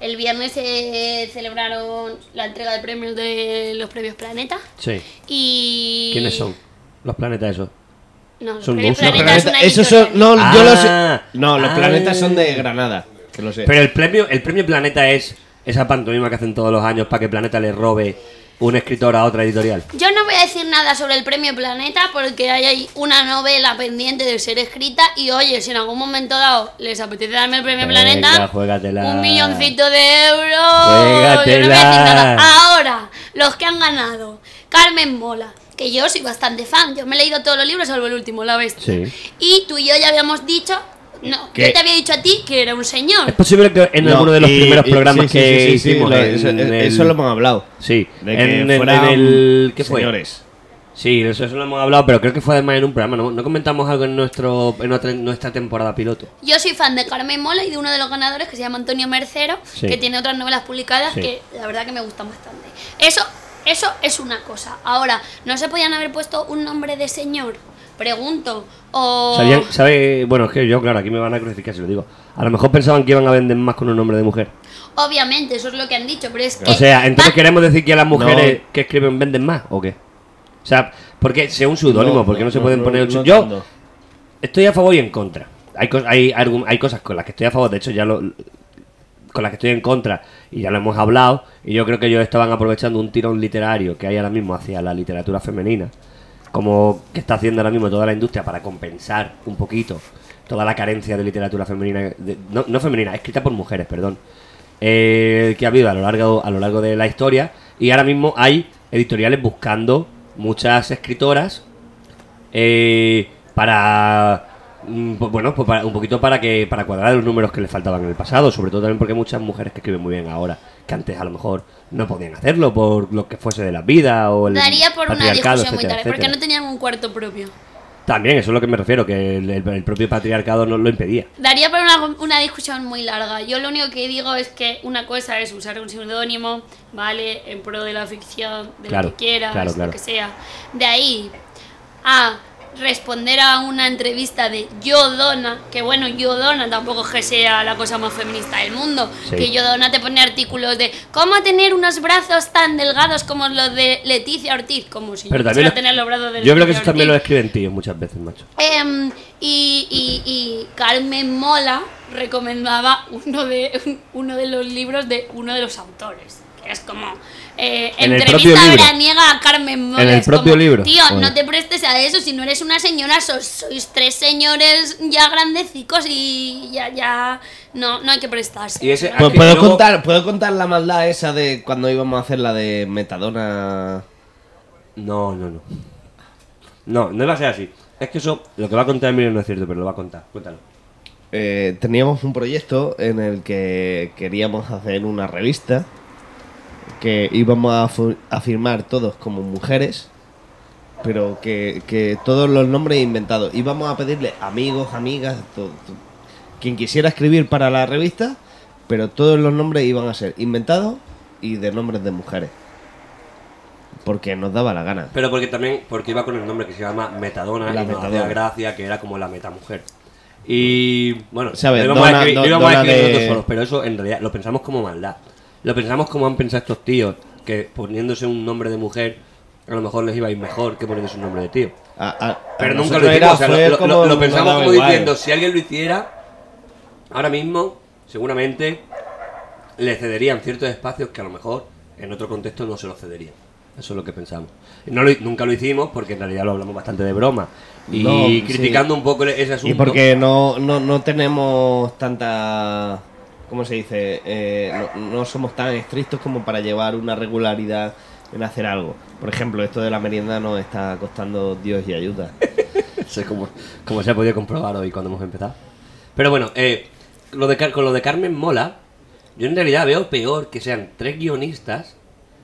el viernes se celebraron la entrega de premios de los premios Planeta. Sí. Y. ¿Quiénes son? Los planetas esos. No, los Son premios rusos. Los Planeta es una planetas, esos son. editorial. No, yo los. Ah, No, los ah. planetas son de Granada. Que lo sé. Pero el premio, el premio Planeta es esa pantomima que hacen todos los años para que Planeta le robe un escritor a otra editorial. Yo no voy a decir nada sobre el premio Planeta porque hay ahí una novela pendiente de ser escrita y oye, si en algún momento dado les apetece darme el premio Venga, Planeta, juégatela. un milloncito de euros. Yo no voy a decir Juégatela. nada. Ahora, los que han ganado. Carmen Mola, que yo soy bastante fan, yo me he leído todos los libros salvo el último, la bestia. Sí. Y tú y yo ya habíamos dicho, no, ¿Qué? yo te había dicho a ti que era un señor. Es posible que en alguno de los y- primeros y- programas sí, sí, que sí, sí, sí, hicimos. lo- en eso, eh, el- eso lo hemos hablado. Sí, De que en, en- fueran en el. ¿Qué fue? señores. Sí, eso, eso lo hemos hablado, pero creo que fue además en un programa. No, No comentamos algo en, nuestro, en otra- en nuestra temporada piloto. Yo soy fan de Carmen Mola y de uno de los ganadores que se llama Antonio Mercero, Sí. que tiene otras novelas publicadas Sí. que la verdad que me gustan bastante. Eso, eso es una cosa. Ahora, ¿no se podían haber puesto un nombre de señor? Pregunto. O... Sabían, sabe, bueno, es que yo, claro, aquí me van a crucificar si lo digo. A lo mejor pensaban que iban a vender más con un nombre de mujer. Obviamente, eso es lo que han dicho, pero es que... O sea, entonces va- queremos decir que a las mujeres que escriben venden más, ¿o qué? O sea, porque según seudónimo, porque no, se pueden poner... un- no yo entiendo. estoy a favor y en contra. Hay, cos- hay, argu- hay cosas con las que estoy a favor, de hecho ya lo... Con las que estoy en contra, y ya lo hemos hablado, y yo creo que ellos estaban aprovechando un tirón literario que hay ahora mismo hacia la literatura femenina, como que está haciendo ahora mismo toda la industria para compensar un poquito toda la carencia de literatura femenina, de- no, no femenina, escrita por mujeres, perdón, eh, que ha habido a lo largo a lo largo de la historia y ahora mismo hay editoriales buscando muchas escritoras eh, para mm, pues bueno pues para- un poquito para que para cuadrar los números que les faltaban en el pasado sobre todo también porque hay muchas mujeres que escriben muy bien ahora que antes a lo mejor no podían hacerlo por lo que fuese de la vida o el Daría por una patriarcado, discusión muy etcétera, tarde, porque etcétera. no tenían un cuarto propio. también eso es lo que me refiero que el, el- el propio patriarcado no lo impedía Daría para una, una discusión muy larga. Yo lo único que digo es que una cosa es usar un seudónimo, ¿vale? En pro de la ficción, de Claro, lo que quieras, claro, claro. lo que sea. De ahí a responder a una entrevista de Yo Dona, que bueno, Yo Dona tampoco es que sea la cosa más feminista del mundo, Sí. que Yo Dona te pone artículos de cómo tener unos brazos tan delgados como los de Leticia Ortiz, como si pero yo también quisiera lo- tener los brazos de yo creo que Leticia eso también lo Ortiz. escriben tíos muchas veces macho Em, y, y- y Carmen Mola recomendaba uno de, *laughs* uno de los libros de uno de los autores. Que es como eh, En el propio entrevista libro. veraniega a Carmen Mola. En el es como, propio libro. Tío, Joder. no te prestes a eso. Si no eres una señora, sos- sois tres señores ya grandecicos y ya, ya no, no hay que prestarse. Y ese- ¿no? Pues Ah, que puedo luego- contar, puedo contar la maldad esa de cuando íbamos a hacer la de Metadona. No, no, no. No, no va a ser así. Es que eso, lo que va a contar Emilio no es cierto, pero lo va a contar. Cuéntalo. Eh, teníamos un proyecto en el que queríamos hacer una revista que íbamos a, fu- a firmar todos como mujeres, pero que, que todos los nombres inventados. Íbamos a pedirle amigos, amigas, to- to- quien quisiera escribir para la revista, pero todos los nombres iban a ser inventados y de nombres de mujeres. Porque nos daba la gana. Pero porque también, porque iba con el nombre que se llama Metadona, La y nos Metadona. hacía gracia, que era como la metamujer. Y bueno, ¿Sabes? lo íbamos a Dona- escribir, do- lo íbamos a dona escribir de- nosotros solos, pero eso en realidad lo pensamos como maldad. Lo pensamos como han pensado estos tíos, que poniéndose un nombre de mujer, a lo mejor les iba a ir mejor que poniéndose un nombre de tío. A- a- a Pero nunca nosotros lo era- hicimos, o sea, lo, fue lo- como lo- lo nos pensamos daba como igual. diciendo, si alguien lo hiciera, ahora mismo, seguramente, le cederían ciertos espacios que a lo mejor en otro contexto no se los cederían. Eso es lo que pensamos. No lo- nunca lo hicimos porque en realidad lo hablamos bastante de broma. Y No, sí. criticando un poco ese Y asunto. porque no, no, no tenemos tanta. ¿Cómo se dice? Eh, no, no somos tan estrictos como para llevar una regularidad en hacer algo. Por ejemplo, esto de la merienda nos está costando Dios y *laughs* ayuda. Sí, como, como se ha podido comprobar hoy cuando hemos empezado. Pero bueno, eh, lo de, Car- con lo de Carmen Mola, yo en realidad veo peor que sean tres guionistas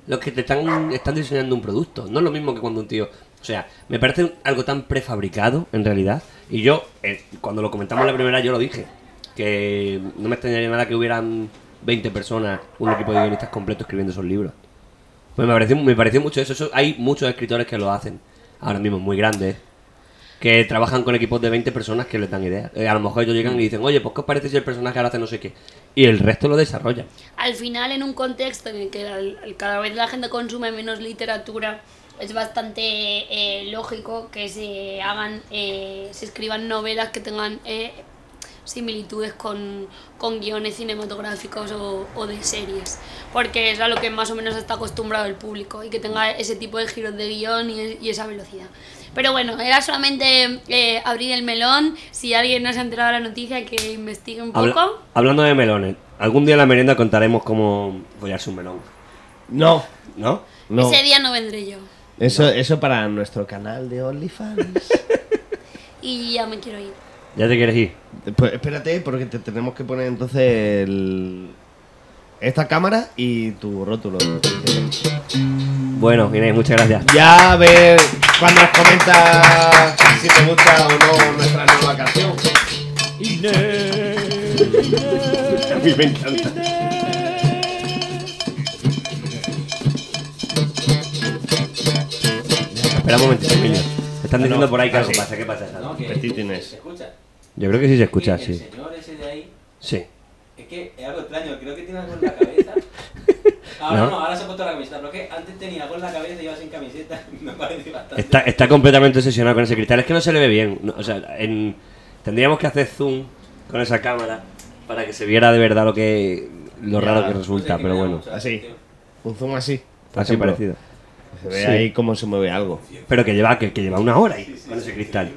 los que te están, están diseñando un producto. No es lo mismo que cuando un tío... O sea, me parece algo tan prefabricado en realidad. Y yo, eh, cuando lo comentamos la primera, yo lo dije. Que no me extrañaría nada que hubieran 20 personas, un equipo de guionistas completo escribiendo esos libros. Pues me pareció, me pareció mucho eso. eso. Hay muchos escritores que lo hacen. Ahora mismo muy grandes que trabajan con equipos de 20 personas que les dan ideas. Eh, a lo mejor ellos llegan y dicen, oye, pues ¿qué os parece si el personaje ahora hace no sé qué? Y el resto lo desarrollan. al final en un contexto en el que al- al- cada vez la gente consume menos literatura es bastante eh, lógico que se hagan eh, se escriban novelas que tengan eh, similitudes con, con guiones cinematográficos o, o de series, porque es a lo que más o menos está acostumbrado el público y que tenga ese tipo de giros de guión y, y esa velocidad. Pero bueno, era solamente eh, abrir el melón, si alguien no se ha enterado de la noticia que investigue un poco. Habla- hablando de melones, algún día en la merienda contaremos cómo follarse un melón, No, ¿no? no. Ese día no vendré yo Eso, eso para nuestro canal de OnlyFans. *laughs* y ya me quiero ir. Ya te quieres ir. Pues espérate, porque te tenemos que poner entonces el- esta cámara y tu rótulo. Bueno, Inés, muchas gracias. Ya a ver cuando nos comenta si te gusta o no nuestra nueva canción. *laughs* A mí me encanta. Espera un momentito, niño. Están diciendo por ahí que algo pasa. ¿Qué pasa? No, que- Petit Inés. ¿Se escucha? Yo creo que sí se escucha, Que El sí. señor ese de ahí, Sí. es que es algo extraño, creo que tiene algo en *laughs* la cabeza. Ahora No. no, ahora se ha puesto la camiseta, pero es que antes tenía algo en la cabeza y iba sin camiseta, *laughs* me parece bastante. Está, está completamente obsesionado con ese cristal. Es que no se le ve bien. No, o sea, en- tendríamos que hacer zoom con esa cámara para que se viera de verdad lo que lo Ya, raro que pues No sé, resulta. que Pero me da bueno, mucha Así. atención. Un zoom así. por así ejemplo. parecido. Se ve Sí. ahí cómo se mueve algo. Pero que lleva, que, que lleva una hora ahí con ese cristal.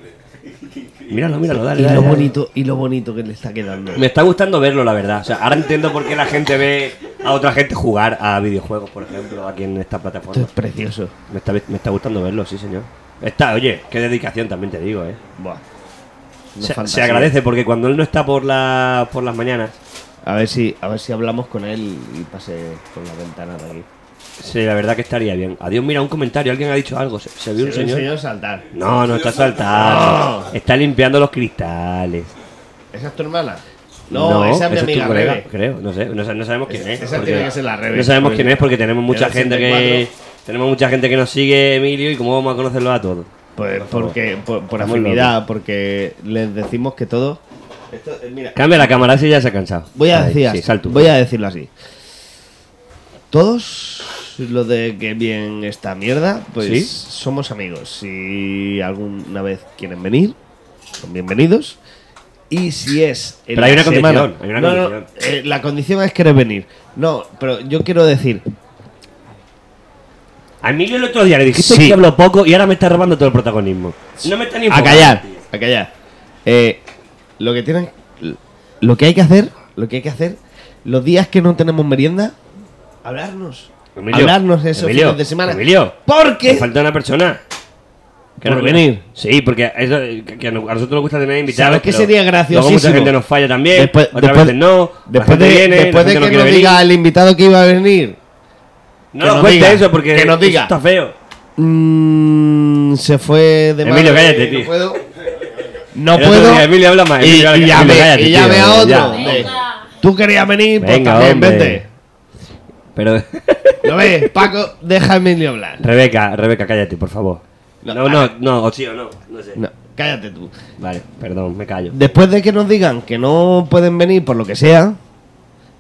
Míralo, míralo, dale. Y dale, lo dale. bonito, y lo bonito que le está quedando. Me está gustando verlo, la verdad. O sea, ahora entiendo por qué la gente ve a otra gente jugar a videojuegos, por ejemplo, aquí en esta Esto plataforma. es precioso. Me está, me está gustando verlo, sí, señor. Está, oye, qué dedicación también te digo, eh. Buah. Una Se, se fantasía. agradece porque cuando él no está por, la, por las mañanas, A ver si, a ver si hablamos con él y pase por la ventana de aquí. sí, la verdad que estaría bien. Adiós, mira, un comentario, alguien ha dicho algo. Se, se vio un Se ve señor. saltar. No, no está saltando. Está limpiando los cristales. ¿Esa es tu hermana? No, esa es mi tu amiga colega, Rebe. creo. No sé, no, sa- no sabemos quién Esa- es. esa porque- tiene que ser la Rebe. No sabemos Pues, quién es porque tenemos mucha era gente que 84. tenemos mucha gente que nos sigue, Emilio, y cómo vamos a conocerlo a todos. Pues Por favor. porque, por, por Estamos afinidad, porque les decimos que todo. Esto, eh, mira, Cambia la cámara si ya se ha cansado. voy a, Ahí, decir sí, así, sal tú. voy a decirlo así. Todos lo de que bien esta mierda, pues ¿Sí? somos amigos. Si alguna vez quieren venir, son bienvenidos. Y si es. en Pero hay la una semana- condición, hay una No, no, condición. eh, la condición es querer venir. No, pero yo quiero decir. A Emilio el otro día le dijiste Sí. que habló poco y ahora me está robando todo el protagonismo. No me está ni A enfocando, callar, tío. a callar. Eh, lo que tienen. Lo que hay que hacer, lo que hay que hacer, los días que no tenemos merienda, hablarnos. Emilio, hablarnos esos Emilio, fines de semana. Emilio. Porque Nos falta una persona. Que Por nos- venir. Sí, porque eso, eh, que- que a nosotros nos gusta tener invitados. ¿Sabes qué pero sería Luego mucha graciosísimo? gente nos falla también. Después- otras después- veces no. la después de, gente viene, la después de gente no que nos quiere venir. diga el invitado que iba a venir, No Que nos nos cuente diga, eso porque que nos eso diga. está feo. mm, se fue de Emilio, madre, cállate, tío. No puedo. No El otro puedo. día Emilio habla más. y, Emilio, y habla- ya Emilio, ve, cállate, y ya tío, ve a ya. otro. de, Venga. Tú querías venir, pues Venga, también hombre. vente. Pero, ¿Lo ves? Paco, deja a Emilio hablar. Rebeca, Rebeca, cállate, por favor. No, No, no, no, o sí o no. No sé. No, cállate tú. Vale, perdón, me callo. Después de que nos digan que no pueden venir por lo que sea,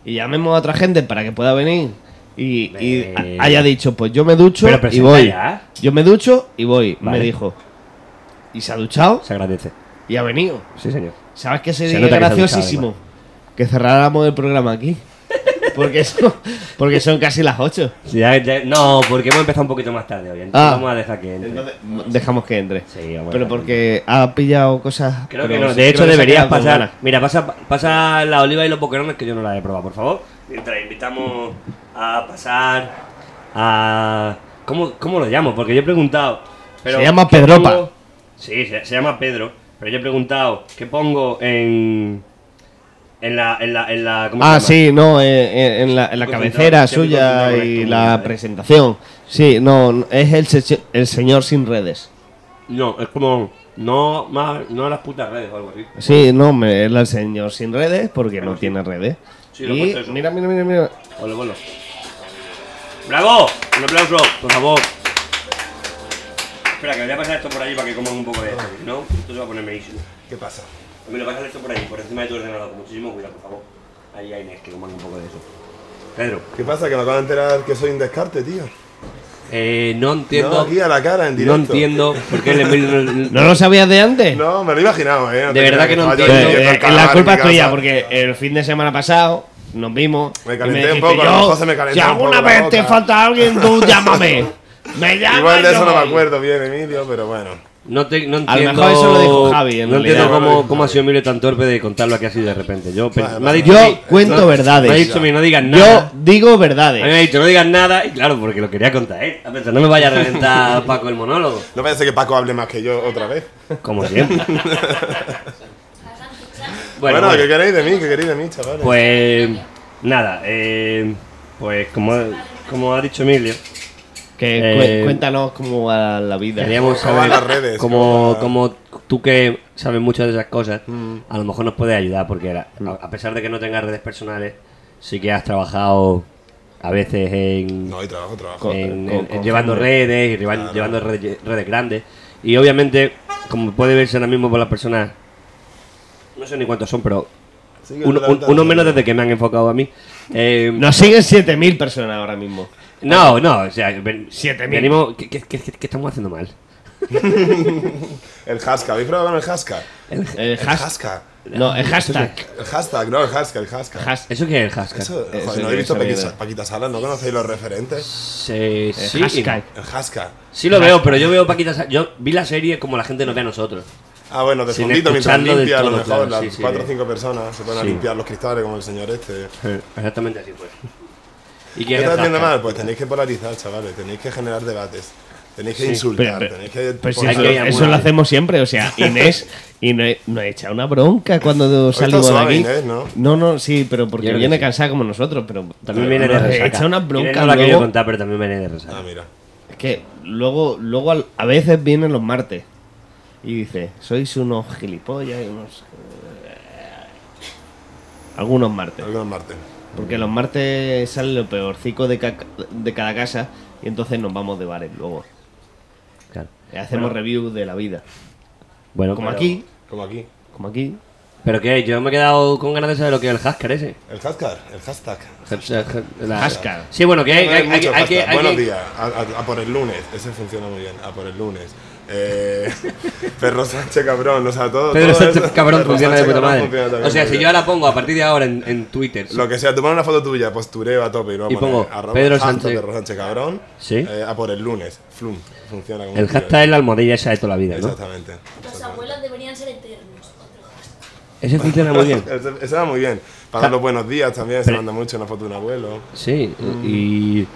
y llamemos a otra gente para que pueda venir, y, y Eh. haya dicho, pues yo me ducho Pero ¿eh? y presenta voy. ya. Yo me ducho y voy, Vale. me dijo. Y se ha duchado Se agradece. y ha venido. Sí, señor. ¿Sabes qué Se sería nota que se ha duchado, graciosísimo? que cerráramos el programa *laughs* aquí. Porque son, porque son casi las 8. Sí, ya- ya- no, porque hemos empezado un poquito más tarde hoy. Entonces Ah. vamos a dejar que entre. Dejamos que entre. Sí, bueno, pero porque ha pillado cosas. pero Creo que no. sí, De hecho, creo que se ha deberías quedado con pasar. ganas. Mira, pasa, pasa la oliva y los boquerones que yo no la he probado, por favor. Mientras invitamos a pasar a. ¿Cómo, cómo lo llamo? Porque yo he preguntado. pero Se llama ¿qué Pedropa. pongo? Sí, se, se llama Pedro. Pero yo he preguntado, ¿qué pongo en. En la. En la, en la ¿cómo Ah, se llama? sí, no, eh, eh, en la, en la Pues Estoy cabecera concentrado, estoy suya concentrado y con esto, la ¿eh? presentación. Sí, no, no, es el, se- el señor sin redes. No, es como. No, más, no a las putas redes o algo así. Sí, no, me- es el señor sin redes porque Bueno, no sí. tiene redes. Sí, lo he y puesto eso. mira, mira, mira, mira. Ole, bolo. ¡Bravo! Un aplauso, por favor. Espera, que voy a pasar esto por allí para que coman un poco de esto, ¿no? Esto se va a poner meísimo. ¿Qué pasa? Me lo pasas esto por allí, por encima de tu ordenador, con muchísimo cuidado, por favor. Ahí hay Inés, que coman un poco de eso. Pedro, ¿Qué pasa? Que me acabo de enterar que soy un descarte, tío. Eh, no entiendo. No, aquí a la cara, en no directo. entiendo por qué le ¿No lo sabías de antes? No, me lo he imaginado, eh. De verdad que no Estaba yo entiendo. viendo el Eh, eh, calamar la en culpa mi es tuya, casa. porque el fin de semana pasado nos vimos. Me y calenté un dijiste, poco, a lo "Yo, mejor se me calentó Si un poco alguna la vez te boca". falta alguien, *laughs* tú llámame. Me llamas. Igual de yo eso no me voy. acuerdo bien, Emilio, pero bueno. No, te- no A lo entiendo. mejor eso lo dijo Javi, en no realidad. entiendo Lo cómo, dijo cómo ha Javi. sido Emilio tan torpe de contarlo aquí así de repente. Yo, pe- Vale, me ha vale. dicho Yo a mí, cuento no- verdades. Me ha dicho a mí, no digas Yo nada. digo verdades. A mí me ha dicho, no digas nada. Y claro, porque lo quería contar, ¿eh? A ver, no me vaya a *laughs* reventar Paco el monólogo. No parece que Paco hable más que yo otra vez. Como siempre. *laughs* bueno, Bueno, bueno. ¿qué queréis de mí? ¿Qué queréis de mí, chavales? Pues nada, eh, pues como, como ha dicho Emilio, Que cue- Eh, cuéntanos cómo va la vida. queríamos ¿Cómo van saber las redes? como, ¿Cómo tú que sabes mucho de esas cosas, a lo mejor nos puedes ayudar porque a, a pesar de que no tengas redes personales, sí que has trabajado a veces en, No, hay trabajo, trabajo. Co- en- con- en- con llevando gente. redes y llevan- llevando redes, redes grandes. Y obviamente, como puede verse ahora mismo por las personas, no sé ni cuántos son, pero Sigue uno, un- adelantando. uno menos desde que me han enfocado a mí. Eh, Nos siguen 7.000 personas ahora mismo. No, no, o sea, ven- 7.000. venimos. ¿qué, qué, qué- qué- qué estamos haciendo mal? El Haska, ¿habéis probado con el Haska? El El eh, hashtag. Haska. No, el hashtag. El hashtag, no, el Haska, el Haska. Has- ¿Eso qué es el hashtag? Eso, joder, Eso no que he visto sabía Paquita, de- Paquita Salas, ¿no conocéis los referentes? Se- el sí, y no. hashtag. El Haska. Sí lo veo, pero yo veo Paquita. Sa- Yo vi la serie como la gente nos ve a nosotros. Ah, bueno, de Sin fondito, mientras escucharlo del limpia, a lo todo, mejor claro, las sí, sí, cuatro o de- cinco personas se ponen Sí. a limpiar los cristales como el señor este. Eh. Exactamente así fue. ¿Y ¿Qué qué es el está haciendo hashtag? mal? Pues tenéis que polarizar, chavales, tenéis que generar debates, tenéis que insultar, Pero- pero- tenéis que... Pues poner- eso, Hay que llamar. eso lo hacemos siempre, o sea, Inés y no, no echa una bronca cuando está salimos de suave, aquí. Inés, ¿no? no, no, sí, pero porque Yo creo que viene sí. cansada como nosotros, pero También viene de nos resaca. echa una Irene bronca no la quería luego, contar, pero también viene de Ah, resaca. mira. es que luego luego al- a veces vienen los martes y dice, "Sois unos gilipollas y unos eh, algunos martes." Algunos martes. Porque los martes sale lo peorcico de, ca- de cada casa y entonces nos vamos de bares luego. Eh, Claro. Hacemos review de la vida. Bueno, Como pero- aquí, Como aquí. como aquí. ¿Pero qué? Yo me he quedado con ganas de saber lo que es el hashtag ese. El hashtag, el hashtag. Hashtag, la- Hashtag. Sí, bueno, que hay, No Eh, hay- hay- mucho hay que. hashtag. hay Buenos que- días, a, a- a por el lunes. Ese funciona muy bien, a por el lunes. Eh, *laughs* Pedro Sánchez cabrón, o sea, todo. Pedro todo Sánchez, eso- cabrón, Pedro funciona de Sánchez, puta cabrón, madre. funciona también O sea, muy si yo bien. ahora pongo a partir de ahora en, en Twitter. Lo que sea, tú pones una foto tuya, postureo a tope y luego Y pones pongo arroba Pedro hashtag Sánchez. Pedro Sánchez cabrón. Sí. eh, a por el lunes. Flum. Funciona como El un tiro. hashtag es la almohadilla esa de toda la vida, ¿no? Exactamente. Los abuelos deberían ser eternos. Otro hashtag. Ese funciona muy *laughs* bien. Ese- Ese va muy bien. Para dar los buenos días también se manda mucho una foto de un abuelo. Sí, y.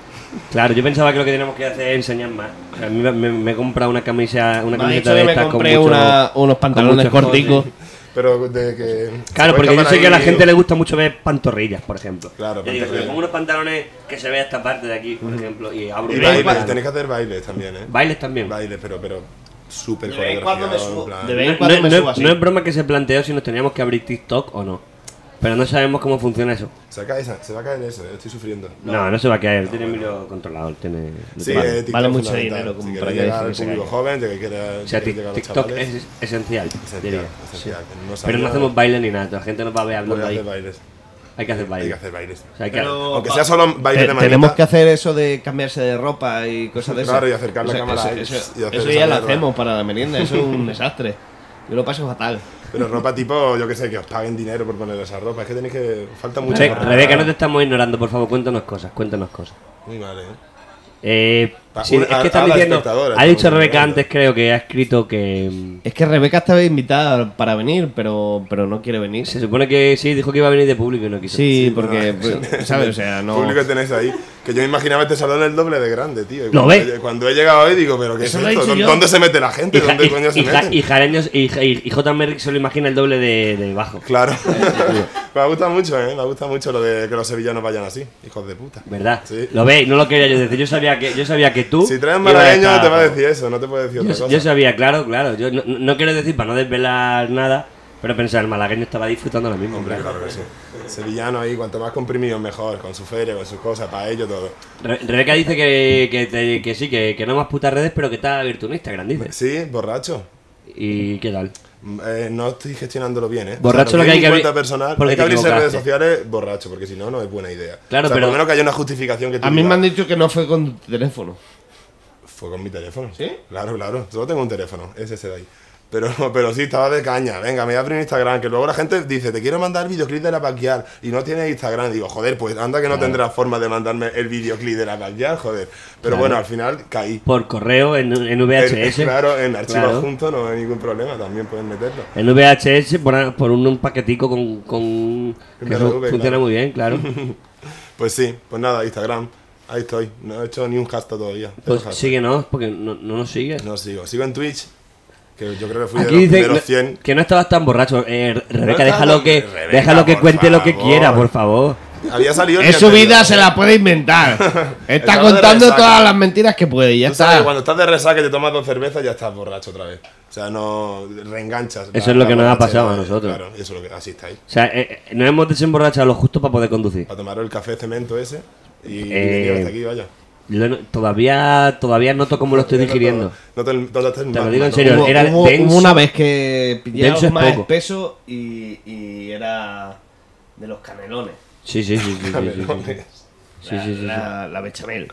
Claro, yo pensaba que lo que tenemos que hacer es enseñar más. O sea, a mí me, me- me he comprado una camisa, una Me ha camiseta dicho que de me estas compré con mucho- una- unos pantalones muchos codos, corticos. Pero de que. Claro, se porque yo puede sé que a la ahí- gente le gusta mucho ver pantorrillas, por ejemplo. Claro, Yo digo, si me pantorrillas. pongo unos pantalones que se vea esta parte de aquí, por ejemplo, y abro Y un bailes, pantalón. tenéis que hacer bailes también, ¿eh? Bailes también. Bailes, pero, pero súper De vez en cuando me coreografiado, subo- en plan- de vez- No, en cuando no- me no- subo así. no es broma que se planteó si nos teníamos que abrir TikTok o no. Pero no sabemos cómo funciona eso. Se, cae esa- se va a caer eso, eh, estoy sufriendo. No, no, se va a caer. tiene Emilio controlado. Tiene, lo Sí, tiene. eh, TikTok Vale mucho fundamental. dinero como Si para queréis que llegar al se público caiga. joven, si queréis O sea, queréis llegar a los TikTok chavales, es esencial, Esencial, diría. esencial. No Pero no sabía- hacemos baile ni nada, la gente nos va a ver voy hablando a ahí. hacer bailes. Hay que hacer Hay que baile. hacer bailes. O sea, hay que- Pero- Aunque sea solo baile Te- de manita. tenemos que hacer eso de cambiarse de ropa y cosas de Claro, esas. y acercar la Eso- cámara Eso, y- eso- y hacer eso esa ya lo mierda. hacemos para la merienda, eso es *laughs* un desastre. Yo lo paso fatal. Pero ropa tipo, yo qué sé, que os paguen dinero por poner esa ropa. Es que tenéis que. Falta mucho. Re- para- Rebeca, no te estamos ignorando, por favor, cuéntanos cosas, cuéntanos cosas. Muy mal, ¿eh? Eh, Pa- sí, una- es que están habla diciendo, espectadora, ha dicho estamos Rebeca ignorando. antes, creo que ha escrito que mm, Es que Rebeca estaba invitada para venir, pero, pero no quiere venir. se supone que sí, dijo que iba a venir de público y no quiso. Sí, porque, no. pues, ¿sabes? O *laughs* sea, no. Público que tenéis ahí. Que yo me imaginaba este salón el doble de grande, tío. Y ¿Lo cuando, ves? he- cuando he llegado hoy digo, pero ¿qué Eso es lo he esto? dicho ¿Dó- yo. ¿Dónde se mete la *laughs* gente? Y, ja- ¿Dónde y- coño se y ja- meten? y Jareños- y, ja- y- y J. Merrick se lo imagina el doble de, de bajo. *laughs* Claro. *laughs* me gusta mucho, ¿eh? Me gusta mucho lo de que los sevillanos vayan así, hijos de puta. ¿Verdad? Sí. Lo veis, no lo quería yo decir. Yo sabía que, yo sabía que tú. Si traes ibas a malagueño estar- te va a decir eso, no te puede decir otra Yo, cosa. yo sabía, claro, claro. Yo no, no- no quiero decir para no desvelar nada, pero pensar, el malagueño estaba disfrutando ahora mismo. Hombre, claro. claro que sí. Sevillano ahí, cuanto más comprimido mejor, con su feria, con sus cosas, para ellos todo. Re- Rebeca dice que, que, te- que sí, que, que no más putas redes, pero que está abierto un Instagram, dice. Sí, borracho. ¿Y qué tal? Mm, eh, no estoy gestionándolo bien, ¿eh? Borracho lo lo que hay en que abrir- cuenta personal, porque hay que te abrirse redes equivocaste. sociales borracho, porque si no, no es buena idea. Claro, O sea, pero- Por lo menos que haya una justificación que tú A mí digas, me han dicho que no fue con tu teléfono. Fue con mi teléfono. ¿Sí? Claro, claro. Solo tengo un teléfono, es ese de ahí. Pero, *laughs* pero sí, estaba de caña. Venga, me voy a abrir Instagram, que luego la gente dice, te quiero mandar videoclip de la backyard y no tienes Instagram. Digo, joder, pues anda que no tendrás forma de mandarme el videoclip de la backyard, joder. Pero Claro. bueno, al final caí. Por correo, en, en VHS. En- *laughs* claro, en archivos Claro. juntos no hay ningún problema, también pueden meterlo. En VHS por, por un, un paquetico con. con que eso RV, funciona claro. muy bien, claro. *laughs* Pues sí, pues nada, Instagram, ahí estoy. No he hecho ni un hashtag todavía. Pues Hashtag. síguenos, porque no, no nos sigues. No sigo, sigo en Twitch, que yo creo que fui de Aquí los, dice primeros que- 100. que no estabas tan borracho. Eh, Re- Rebeca, estaba déjalo tan- que, Rebeca, déjalo que por cuente lo que favor. quiera, por favor. Había salido el Es día su anterior. vida, se la puede *laughs* inventar. Está Estamos de contando resaca. todas las mentiras que puede y ya Tú sabes, está. cuando estás de resaca y te tomas dos cervezas, ya estás borracho otra vez. O sea, no reenganchas. Eso es lo que nos ha borrachera, pasado a eh, nosotros. Claro, eso es lo que, así está ahí. O sea, eh, eh, nos hemos desemborrachado lo justo para poder conducir. Para tomar el café cemento ese y, y Eh, venir hasta aquí, vaya. Yo no- todavía, todavía noto cómo lo estoy digiriendo. No te, no te lo estás Te lo mal- digo en no. *laughs* serio, Hubo, era hubo- denso. hubo una vez que pillé Denso algo es más poco. espeso y, y era de los canelones. Sí, sí, sí, sí, sí, sí, sí. Sí, La- sí, sí, sí. La, la *laughs* bechamel.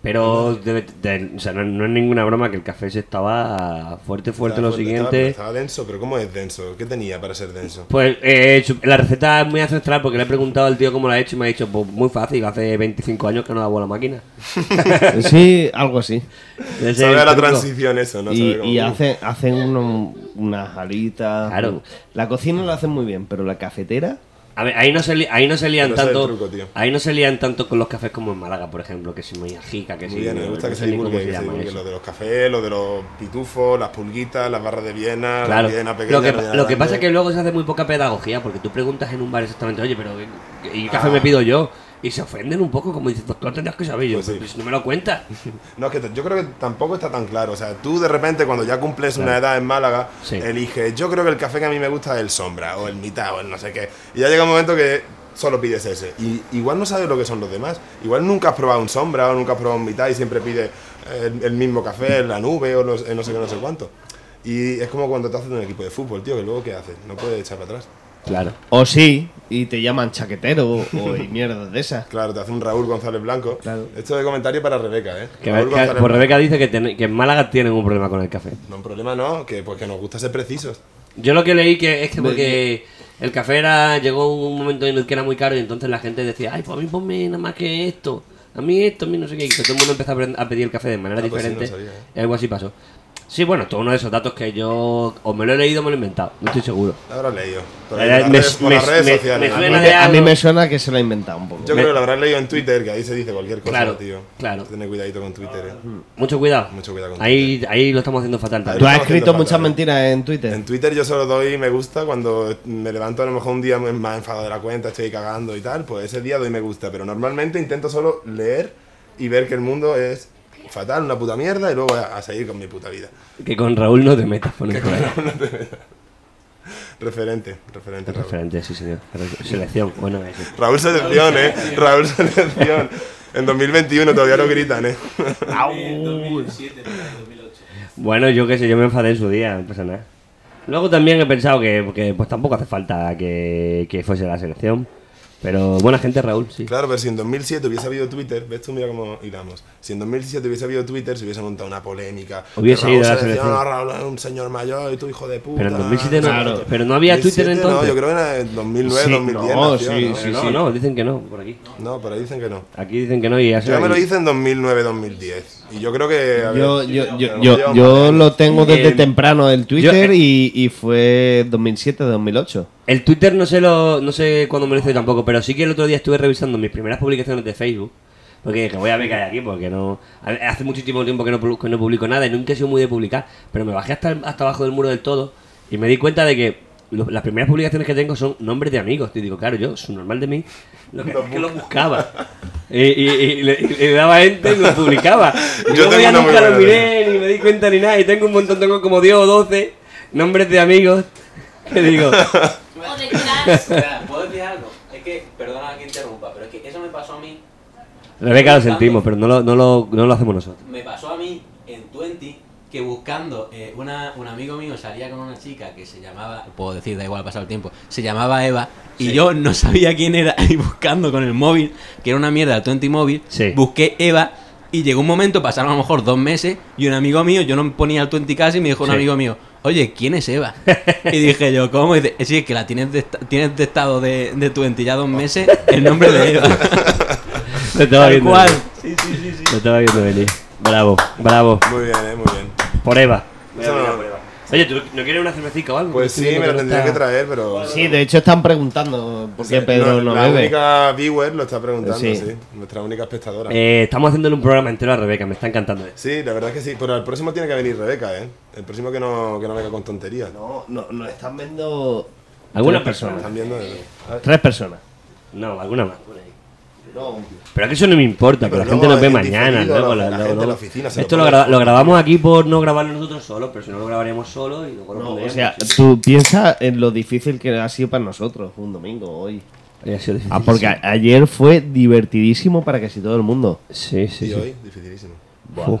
Pero de- de- o sea, no, no es ninguna broma que el café se estaba fuerte, fuerte Estaba lo fuerte, siguiente. Estaba, estaba denso, pero ¿cómo es denso? ¿Qué tenía para ser denso? Pues eh, su- la receta es muy ancestral porque le he preguntado al tío cómo la ha hecho y me ha dicho, pues muy fácil, hace 25 años que no hago la máquina. sí, algo así. Ese es Sabe el a la truco. transición eso, ¿no? y Sabe cómo- y hacen, hacen uno- unas alitas. Claro. La cocina la hacen muy bien, pero la cafetera. A ver, ahí no se, li- ahí no se lían Pero ese es el tanto. truco, tío. ahí no se lían tanto con los cafés como en Málaga, por ejemplo, que si muy ajica, que Muy si. bien, me gusta no que sé se ni cómo divulgue, se que se llama divulgue eso. lo de los cafés, lo de los pitufos, las pulguitas, las barras de Viena, Claro, la Viena pequeña. lo que, la Viena lo que pasa es grande. que luego se hace muy poca pedagogía, porque tú preguntas en un bar exactamente, oye, pero ¿qué- ¿qué, qué café Ah. me pido yo? Y se ofenden un poco, como diciendo, tú lo tendrás que saber yo, Pues sí. pues no me lo cuentas. No, es que t- yo creo que tampoco está tan claro. O sea, tú de repente, cuando ya cumples una edad en Málaga, Sí. eliges, yo creo que el café que a mí me gusta es el sombra, o el mitad, o el no sé qué. Y ya llega un momento que solo pides ese. Y igual no sabes lo que son los demás. Igual nunca has probado un sombra, o nunca has probado un mitad, y siempre pides el, el mismo café, la nube, o no, sé- no sé qué, no sé cuánto. Y es como cuando te haces de un equipo de fútbol, tío, que luego ¿qué haces? No puedes echar para atrás. Claro. O sí, y te llaman chaquetero o, o y mierdas de *laughs* esas. Claro, te hace un Raúl González Blanco. Claro. Esto de comentario para Rebeca, ¿eh? Que, Raúl que- González pues Blanco. Rebeca dice que, ten- que en Málaga tienen un problema con el café. No, un problema no, que, pues, que nos gusta ser precisos. Yo lo que leí que es que porque el café era, llegó un momento en el que era muy caro y entonces la gente decía, ay, pues a mí ponme nada más que esto, a mí esto, a mí no sé qué, y que todo el mundo empezó a, aprend- a pedir el café de manera Ah, pues sí, diferente. no sabía, ¿eh? Y algo así pasó. Sí, bueno, todo uno de esos datos que yo o me lo he leído o me lo he inventado, no estoy seguro. La habrás leído. Por, Eh, ahí, por me- las redes, por me- las redes me- sociales. me A mí, suena que- de a mí algo. me suena que se lo ha inventado un poco. Yo me- creo que lo habrás leído en Twitter, que ahí se dice cualquier cosa, Claro, tío. claro. Tener cuidadito con Twitter, eh. Mucho cuidado. Mucho cuidado con ahí, ahí lo estamos haciendo fatal. Ahí Tú también. has estamos haciendo escrito falta, muchas ¿eh? mentiras en Twitter. En Twitter yo solo doy me gusta cuando me levanto a lo mejor un día más enfadado de la cuenta, estoy cagando y tal, pues ese día doy me gusta, pero normalmente intento solo leer y ver que el mundo es fatal, una puta mierda y luego a, a seguir con mi puta vida. Que con Raúl no te metas, pones por ahí. Referente, referente. Es Raúl. referente, sí, señor. Selección, *laughs* bueno, eso. Raúl Selección, eh. *laughs* Raúl Selección. En 2021 todavía lo gritan, eh. Bueno, yo qué sé, yo me enfadé en su día, no pasa nada. Luego también he pensado que, que, pues tampoco hace falta que, que fuese la selección. Pero buena gente, Raúl, sí. Claro, pero si en 2007 hubiese habido Twitter, ves tú, mira cómo hilamos. Si en 2007 hubiese habido Twitter, se hubiese montado una polémica. Hubiese Que Raúl ido a la se decía, selección. "No, Raúl es un señor mayor y tu hijo de puta. Pero en 2007 no, Claro. pero no había Twitter 2007 entonces. No, yo creo que era en 2009, Sí, 2010. no, nació, sí, ¿no? sí, no, sí. no, dicen que no, por aquí. No, pero dicen que no. Aquí dicen que no y ya se Yo me lo hice en 2009, 2010. Y yo creo que. a Yo, ver, yo, yo, a lo yo, mejor yo llevamos- lo tengo desde Eh, temprano el Twitter eh, yo- y, y fue 2007-2008. El Twitter no sé lo, no sé cuándo me lo hice tampoco, pero sí que el otro día estuve revisando mis primeras publicaciones de Facebook. Porque que voy a ver qué hay aquí, porque no. a ver, Hace muchísimo tiempo que no, publico, que no publico nada y nunca he sido muy de publicar. Pero me bajé hasta, el- hasta abajo del muro del todo y me di cuenta de que lo- las primeras publicaciones que tengo son nombres de amigos. Y digo, claro, yo, su normal de mí, lo que, es que lo buscaba. *laughs* Y, y- y le, y le daba enter y *laughs* lo publicaba. Y Yo luego tengo ya una muy nunca lo buena miré, ni me di cuenta ni nada. Y tengo un montón, tengo como 10 o 12 nombres de amigos que digo. O de Crash. Espera, ¿Puedo decir algo? Es que, perdona que interrumpa, pero es que eso me pasó a mí Rebeca lo sentimos, pero no lo, no lo, no lo hacemos *laughs* nosotros. me pasó a mí en 20 que buscando, eh, una, un amigo mío salía con una chica que se llamaba, puedo decir, da igual, ha pasado el tiempo, se llamaba Eva y yo no *laughs* sabía quién era y buscando con el móvil, que era una mierda el 20 móvil, Sí. busqué Eva Y llegó un momento, pasaron a lo mejor dos meses, y un amigo mío, yo no me ponía el 20 casi, y me dijo un Sí. amigo mío, oye, ¿quién es *laughs* Eva? Y dije yo, ¿cómo? Y dice, sí, es que la tienes de, esta- tienes de estado de, de 20 Oh. ya dos meses el nombre de *laughs* Eva. Lo estaba Tal viendo. cual. Lo estaba viendo venir. Bravo, bravo. Muy bien, eh, muy bien. Por Eva. Eso no- Oye, ¿tú no quieres una cervecita o algo? Pues Estoy sí, viendo me lo no tendría que está- traer, pero. Sí, de hecho están preguntando por qué Sí, Pedro no, La bebe. única viewer lo está preguntando, Sí. sí. Nuestra única espectadora. Eh, estamos haciéndole un programa entero a Rebeca, me está encantando esto. Sí, la verdad es que sí. Pero el próximo tiene que venir Rebeca, ¿eh? El próximo que no, que no venga con tonterías. No, no, nos están viendo ¿Alguna Tres persona? Están viendo. el- tres personas. No, alguna más. No, Pero que eso no me importa, Pero que la gente luego nos ve en mañana. diferido, luego la- la- luego- la gente en la luego- oficina se lo Esto lo, pone. gra- lo grabamos aquí por no grabarlo nosotros solos, pero si no lo grabaremos solo y luego lo no, o pondremos. sea, tú piensas en lo difícil que ha sido para nosotros un domingo hoy. Había sido Ah, difícil. porque a- ayer fue divertidísimo para casi todo el mundo. Sí, sí. Y sí. hoy, dificilísimo. Uf.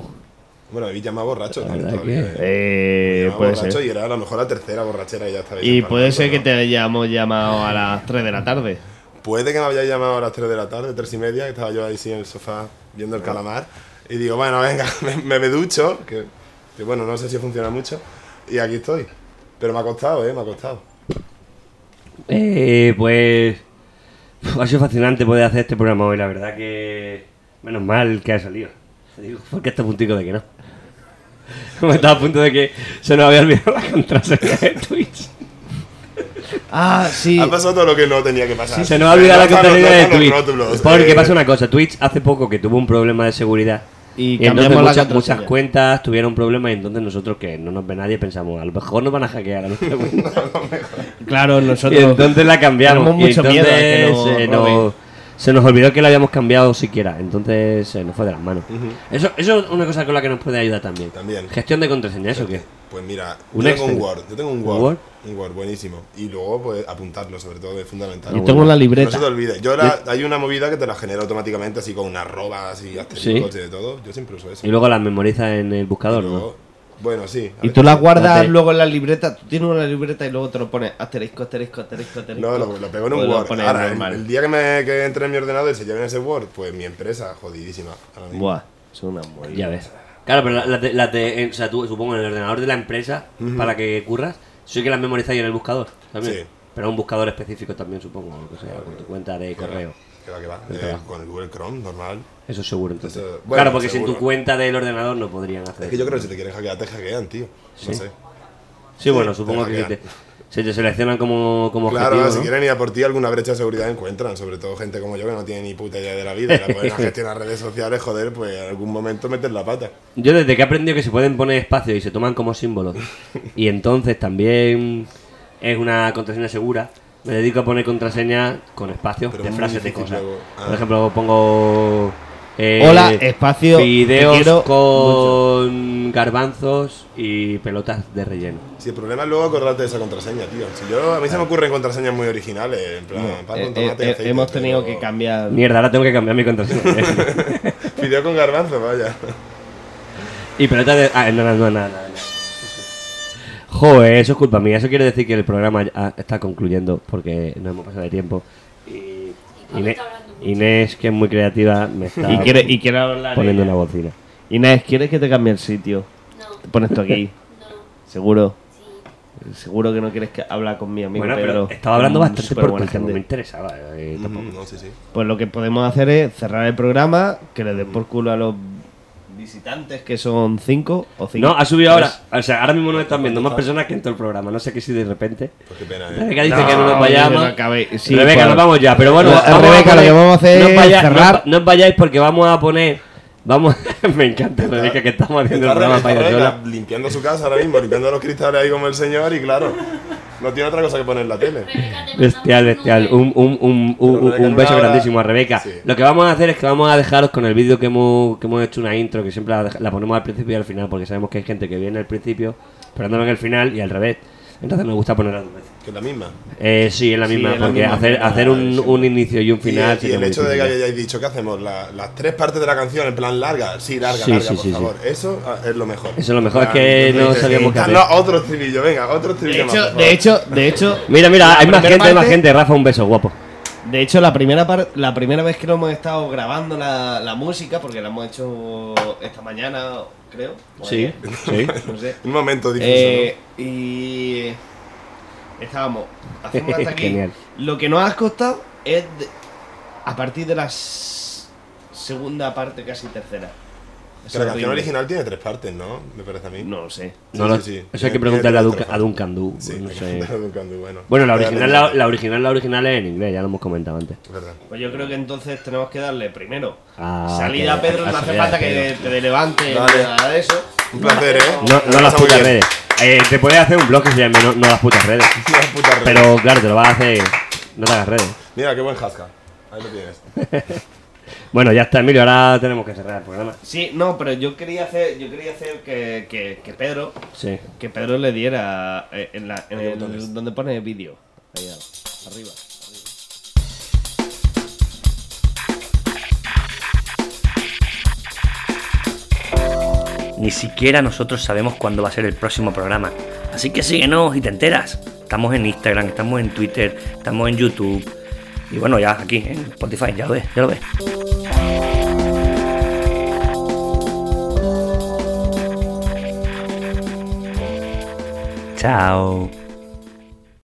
Bueno, David llama borracho. La también verdad todavía, que- ¿eh? Eh, Llamaba puede borracho ser. Y era a lo mejor la tercera borrachera y ya estaba. Y puede ser que te hayamos llamado a las 3 de la tarde. Puede que me había llamado a las 3 de la tarde, 3 y media, que estaba yo ahí sí en el sofá viendo Ah. el calamar. Y digo, bueno, venga, *laughs* me, me, me ducho, que, que bueno, no sé si funciona mucho. Y aquí estoy. Pero me ha costado, ¿eh? Me ha costado. Eh, pues. uf, Ha sido fascinante poder hacer este programa hoy, la verdad que. Menos mal que ha salido. Te digo, porque está a puntico de que no. *laughs* Como estaba a punto de que se nos había olvidado la contraseña de Twitch. Ah, sí. Ha pasado todo lo que no tenía que pasar. Sí, se nos ha olvidado la Rotan los- contraseña de rotan los Twitch. rótulos, Porque eh, pasa una cosa, Twitch hace poco que tuvo un problema de seguridad. Y Y entonces cambiamos la muchas, contraseña. muchas cuentas tuvieron problemas y entonces nosotros que no nos ve nadie pensamos, a lo mejor nos van a hackear a nuestra cuenta. Claro, Y nosotros. entonces la cambiamos. tenemos y mucho miedo entonces de que nos se, roben. nos, se nos olvidó que la habíamos cambiado siquiera. Entonces se nos fue de las manos. eso, eso es una cosa con la que nos puede ayudar también. También. Gestión de contraseña, ¿eso qué? Pues mira, Un yo tengo un Excel. Word, yo tengo un ¿Un Word, Word? un Word buenísimo. Y luego pues apuntarlo, sobre todo es fundamental. Yo tengo la No se libreta. te olvide. Yo la- hay una movida que te la genera automáticamente así con unas robas y asteriscos Sí. y de todo. Yo siempre uso eso. Y luego la memoriza en el buscador, ¿no? Luego- Bueno, sí. a Y ver. tú la guardas Espérate. luego en la libreta. Tú tienes una libreta y luego te lo pones asterisco, asterisco, asterisco, asterisco. No, lo, lo pego en O un lo Word. pones Ahora, el, normal. el día que, me, que entre en mi ordenador y se lleven ese Word, pues mi empresa, jodidísima. ahora mismo. Buah, es una buena. Ya ves. Claro, pero la, la te- la te- eh, o sea, tú supongo en el ordenador de la empresa para que curras, sí que las memorizáis en el buscador también. Sí. Pero un buscador específico también, supongo, o lo que sea, con tu cuenta de correo. Que va, que va. De Eh, trabajo. con el Google Chrome, normal. Eso seguro, entonces. Eso- bueno, claro, porque sin seguro. tu cuenta del ordenador no podrían hacer Es que yo eso. creo que si te quieren hackear, te hackean, tío. No sé. Sí, bueno, Sí, supongo te que si te, hackean. si te seleccionan como, como Claro, objetivo, si ¿no? quieren ir a por ti, alguna brecha de seguridad encuentran. Sobre todo gente como yo que no tiene ni puta idea de la vida. Y *laughs* la ponen a gestionar redes sociales, joder, pues en algún momento metes la pata. Yo desde que he aprendido que se pueden poner espacios y se toman como símbolos, y entonces también es una contraseña segura, me dedico a poner contraseñas con espacios Pero de muy frases de difícil cosas. luego. Ah. Por ejemplo, pongo... eh, Hola, espacio, te Videos quiero con garbanzos y pelotas de relleno. Si el problema es luego acordarte de esa contraseña, tío. Si yo, a mí se me ocurren contraseñas muy originales. En plan, pan Eh, con eh, tomate y eh, aceite, hemos tenido pero- que cambiar. Mierda, ahora tengo que cambiar mi *laughs* contraseña. Fideo con garbanzo, vaya. Y pelota de. Ah, no, no, no, no, no. Joder, eso es culpa mía. Eso quiere decir que el programa ya está concluyendo porque no hemos pasado de tiempo. Y Pablo Ine- está hablando mucho. Inés, que es muy creativa, me está Y quiere, y quiere hablar. poniendo ella. una bocina. Inés, ¿quieres que te cambie el sitio? No, Te pones tú aquí. no, Seguro. sí. Seguro que no quieres que hablar con mi amigo Bueno, Pedro. pero estaba hablando Mm, bastante superbuena porque el tema gente. Mm-hmm. me interesaba. *laughs* eh, tampoco. Mm, No, sí, sí. Pues lo que podemos hacer es cerrar el programa, que le den por culo a los visitantes, que son cinco o cinco. Pues, No, ha subido ahora. O sea, ahora mismo nos están viendo más personas que en todo el programa. No sé qué si de repente. Pues qué pena, ¿eh? Rebeca dice que no nos vayamos. no acabe- sí, Rebeca, pues- nos vamos ya, pero bueno, Re- a Rebeca, poner- lo que vamos a hacer no os es vayáis- cerrar. No, os- no os vayáis porque vamos a poner. Vamos, *laughs* me encanta Rebeca que estamos haciendo el Está programa para Rebeca ella sola. limpiando su casa ahora mismo, limpiando los cristales ahí como el señor y claro, no tiene otra cosa que poner en la tele. Rebeca, te mandamos Bestial, un bestial. Uber. este, Un, un, un, un- Pero Rebeca, un en beso una hora- grandísimo a Rebeca. Sí. Lo que vamos a hacer es que vamos a dejaros con el vídeo que hemos, que hemos hecho una intro, que siempre la, dej- la ponemos al principio y al final, porque sabemos que hay gente que viene al principio, esperándolo en el final y al revés. Entonces nos gusta ponerla dos veces. Que es la misma. Eh, sí, es la Sí, misma, es la porque misma hacer, misma, hacer un, siempre. un inicio y un Y- final. y, sería el muy hecho de que difícil. hayáis dicho que hacemos La- las tres partes de la canción en plan larga, sí, larga, Sí, larga, sí, por sí, sí. favor. Eso ah, es lo mejor. Ah, Eso es lo mejor, es que entonces no dices, sabíamos qué "Ah, hacer". no, otro estribillo, venga, De otro estribillo más. hecho, por favor". de hecho, de hecho, Mira, mira, La hay más primera gente, hay más parte- gente. Rafa, un beso, guapo. De hecho, la primera, par- la primera vez que lo hemos estado grabando la, la música, porque la hemos hecho esta mañana, creo. o Sí, ayer, sí. No sé. Un momento difuso. Eh, y estábamos *laughs* haciendo hasta aquí. Genial. Lo que nos ha costado es de- a partir de la s- segunda parte, casi tercera. ¿no? Eso Que la lo canción tuvimos. original tiene tres partes, ¿no? Me parece a mí. No lo sé. *laughs* No Sí, lo- sí, sí. Eso hay que Tiene- preguntarle tiene a, tres Duncan- a partes. Duncan Du, Sí, no hay que *laughs* sé. preguntarle a Duncan Du, bueno. Bueno, la Espérate, original la, espérate. la original, la original es en inglés, ya lo hemos comentado antes. Es *laughs* verdad. Pues yo creo que entonces tenemos que darle primero Ah, salida a que- Pedro, a no hace salida falta de que te levante ni Vale. nada de eso. Un placer, ¿eh? No, no las Está muy putas bien. redes. Eh, te puedes hacer un blog que se llame no, no las putas redes. No, puta red. Pero claro, te lo vas a hacer. No te hagas redes. Mira, qué buen hasca. Ahí lo tienes. Bueno, ya está, Emilio, ahora tenemos que cerrar el programa. Sí, no, pero yo quería hacer, yo quería hacer que, que- que Pedro, Sí. que Pedro le diera eh, en, la, en Ahí el- botones. donde pone vídeo. Ahí al- arriba. Ni siquiera nosotros sabemos cuándo va a ser el próximo programa. Así que síguenos y te enteras. Estamos en Instagram, estamos en Twitter, estamos en YouTube. Y bueno, ya aquí en Spotify, ya lo ves, ya lo ves. Chao.